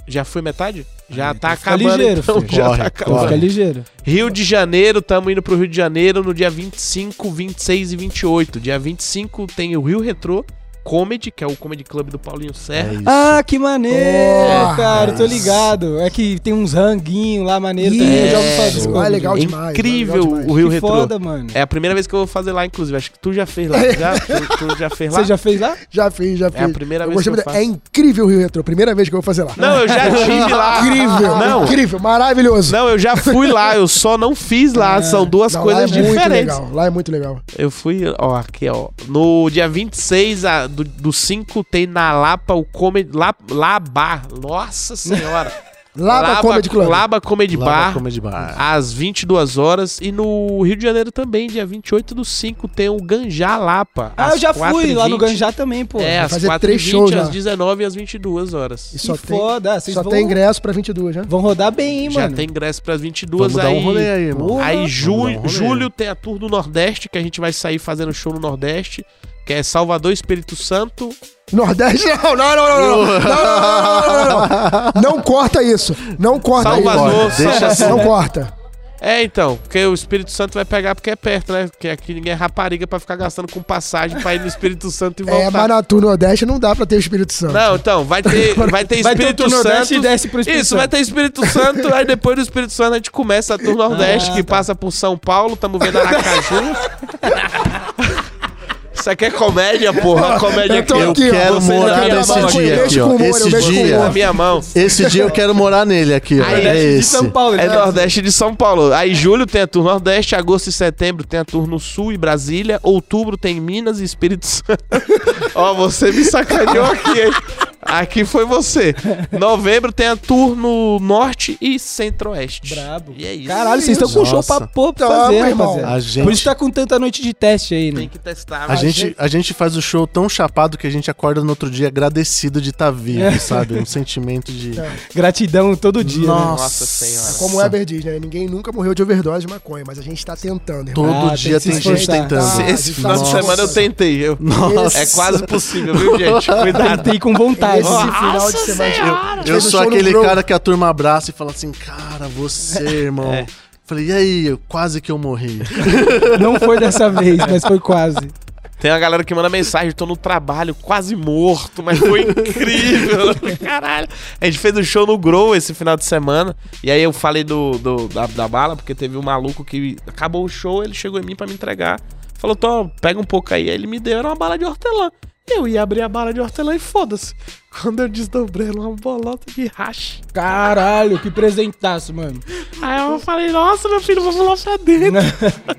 Já foi metade? Já Ah, tá então fica acabando. ligeiro, então, filho. já Corre, tá Então acabando. Fica ligeiro. Rio de Janeiro, estamos indo pro Rio de Janeiro no dia 25, 26 e 28. Dia 25 tem o Rio Retrô Comedy, que é o Comedy Club do Paulinho É Serra. isso. Ah, que maneiro, Oh, cara. eu Tô isso. ligado. É que tem uns ranguinhos lá maneiro também. Eu já ouvi falar desse Isso, Isso. ah, é bagulho. legal É demais. Incrível legal demais. o Rio que Retrô. foda, mano. É a primeira vez que eu vou fazer lá, inclusive. Acho que tu já fez lá. Já? tu, tu já fez É lá? Você já fez lá? Já fiz, já fiz. É a primeira Eu vez que gostei eu muito- faço. É incrível o Rio Retro. Primeira vez que eu vou fazer lá. Não, eu já tive lá. Incrível, Não. incrível, maravilhoso. Não, eu já fui lá, eu só não fiz lá. São duas Não, lá coisas é muito diferentes. legal, Lá é muito legal. Eu fui, ó, aqui, ó. No dia 26 a, do, do 5 tem na Lapa o Comedy. La, Labá. Nossa Senhora. Laba Comedy Club. Laba Comedy Lava Bar. Ah, Comedy Bar. Às 22 horas. E no Rio de Janeiro também, dia 28 do 5, tem o Ganjá Lapa. Ah, às eu já fui lá no 4h20. Ganjá também, pô. É, às fazer 4 três h shows 20 já. às 19 e às 22 horas. E Que só tem, foda. Vocês só vão, tem ingresso pra 22, né? vão rodar bem, hein, Já mano. tem ingresso pras 22 Vamos dar aí. um rolê aí, irmão. Porra. Aí ju- Vamos dar um rolê. julho tem a tour do Nordeste, que a gente vai sair fazendo show no Nordeste, que é Salvador, Espírito Santo. Nordeste, não, não, não, não, não, não, não, não, não, não, não. Não corta isso. Não corta Salvador, isso. deixa assim. Não né? corta. É, então, porque o Espírito Santo vai pegar porque é perto, né? Porque aqui ninguém é rapariga pra ficar gastando com passagem pra ir no Espírito Santo e voltar. É, Manatu Nordeste não dá pra ter o Espírito Santo. Não, então, vai ter, vai ter Vai ter Espírito o tour Nordeste Santo. e desce pro Espírito Isso, vai Santo. ter Espírito Santo, aí depois do Espírito Santo a gente começa a Tour Nordeste, Ah, que tá. passa por São Paulo, tamo vendo Aracaju. Isso aqui é comédia, porra. A comédia Eu tô aqui. Eu Aqui, ó, quero você morar já nesse trabalha com dia ele, aqui, mexe com ó. humor, eu Esse mexo com Na dia, minha mão. esse dia eu quero morar nele aqui, ó. Aí, É Nordeste de esse. São Paulo, É né? Nordeste de São Paulo. Aí julho tem a Tour Nordeste, agosto e setembro tem a Tour no Sul e Brasília, outubro tem Minas e Espírito Santo. Ó, você me sacaneou aqui, hein? Aqui foi você. Novembro tem a Tour no Norte e Centro-Oeste. Brabo. E é isso. Caralho, vocês estão com Nossa. show pra pôr pra Tamo, fazer, irmão. rapaziada. A gente- Por isso tá com tanta noite de teste aí, Tem né? que testar. A velho. é- gente, a gente faz o show tão chapado que a gente acorda no outro dia agradecido de estar É. vivo, sabe? Um sentimento de. Gratidão todo dia, né? Nossa Senhora. Como o é Weber diz, né? Ninguém nunca morreu de overdose de maconha, mas a gente tá tentando, irmão. Todo Ah, tem dia que se tem, gente esforçar. tentando. Tá. Esse final Nossa. de semana eu tentei. Eu... Nossa. É quase possível, viu, gente? Cuidado. Tentei com é vontade. Esse final de semana. Eu Fez um sou show no aquele Grow. cara que a turma abraça e fala assim, cara, você, irmão. É. Falei, e aí, eu- quase que eu morri. Não foi dessa vez, mas foi quase. Tem uma galera que manda mensagem, tô no trabalho, quase morto, mas foi incrível. Caralho. A gente fez um show no Grow esse final de semana. E aí eu falei do, do- da, da bala, porque teve um maluco que acabou o show, ele chegou em mim pra me entregar. Falou, Tom, pega um pouco aí. Aí ele me deu, era uma bala de hortelã. Eu ia abrir a bala de hortelã e foda-se. Quando eu desdobrei, era uma bolota de racha. Caralho, que presentaço, mano. Aí eu falei, nossa, meu filho, vou pular pra dentro.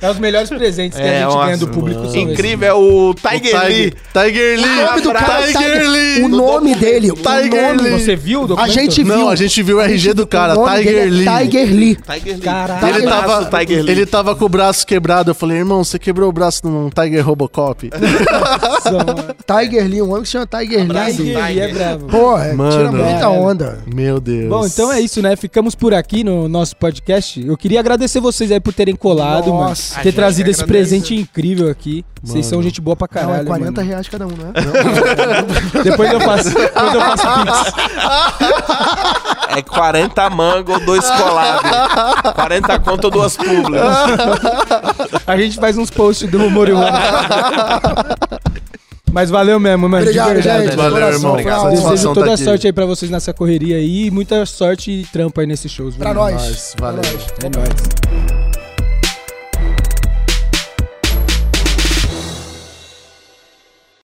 É os melhores presentes que É, a gente nossa, ganha do público. né? mano. são esses. Incrível, é o Tiger O Lee. Tiger, Tiger Lee! O nome do cara é Tiger Tiger. Lee! O nome dele, o Tiger nome. Lee. Você viu o A documento? gente viu. Não, a gente viu o RG do cara, o nome Tiger dele Lee. é Tiger Lee. Tiger Lee. Caralho. Ele Abraço, tava, Tiger Lee. ele tava com o braço quebrado. Eu falei, irmão, você quebrou o braço num Tiger Robocop? Nossa, Tiger Lee, um homem que se chama Tiger mano. Lee. Tiger Lee é bravo. Porra, tira Mano. muita onda. Meu Deus. Bom, então é isso, né? Ficamos por aqui no nosso podcast. Eu queria agradecer vocês aí por terem colado, Nossa, mano. a Ter gente trazido esse agradece. presente incrível aqui. Vocês são gente boa pra Não, é caralho, 40 mano. reais cada um, né? Depois eu faço, depois eu faço pix. É 40 mango, dois colados. 40 conto, duas públicas. A gente faz uns posts do humor humano. Mas valeu mesmo, mano. Obrigado, de verdade. gente. Valeu, Coração, irmão. obrigado. Desejo Satisfação toda tá a aqui. sorte aí pra vocês nessa correria aí. E muita sorte e trampo aí nesses shows. viu, Pra mano? nós. Nós, Pra valeu. nós. É nóis.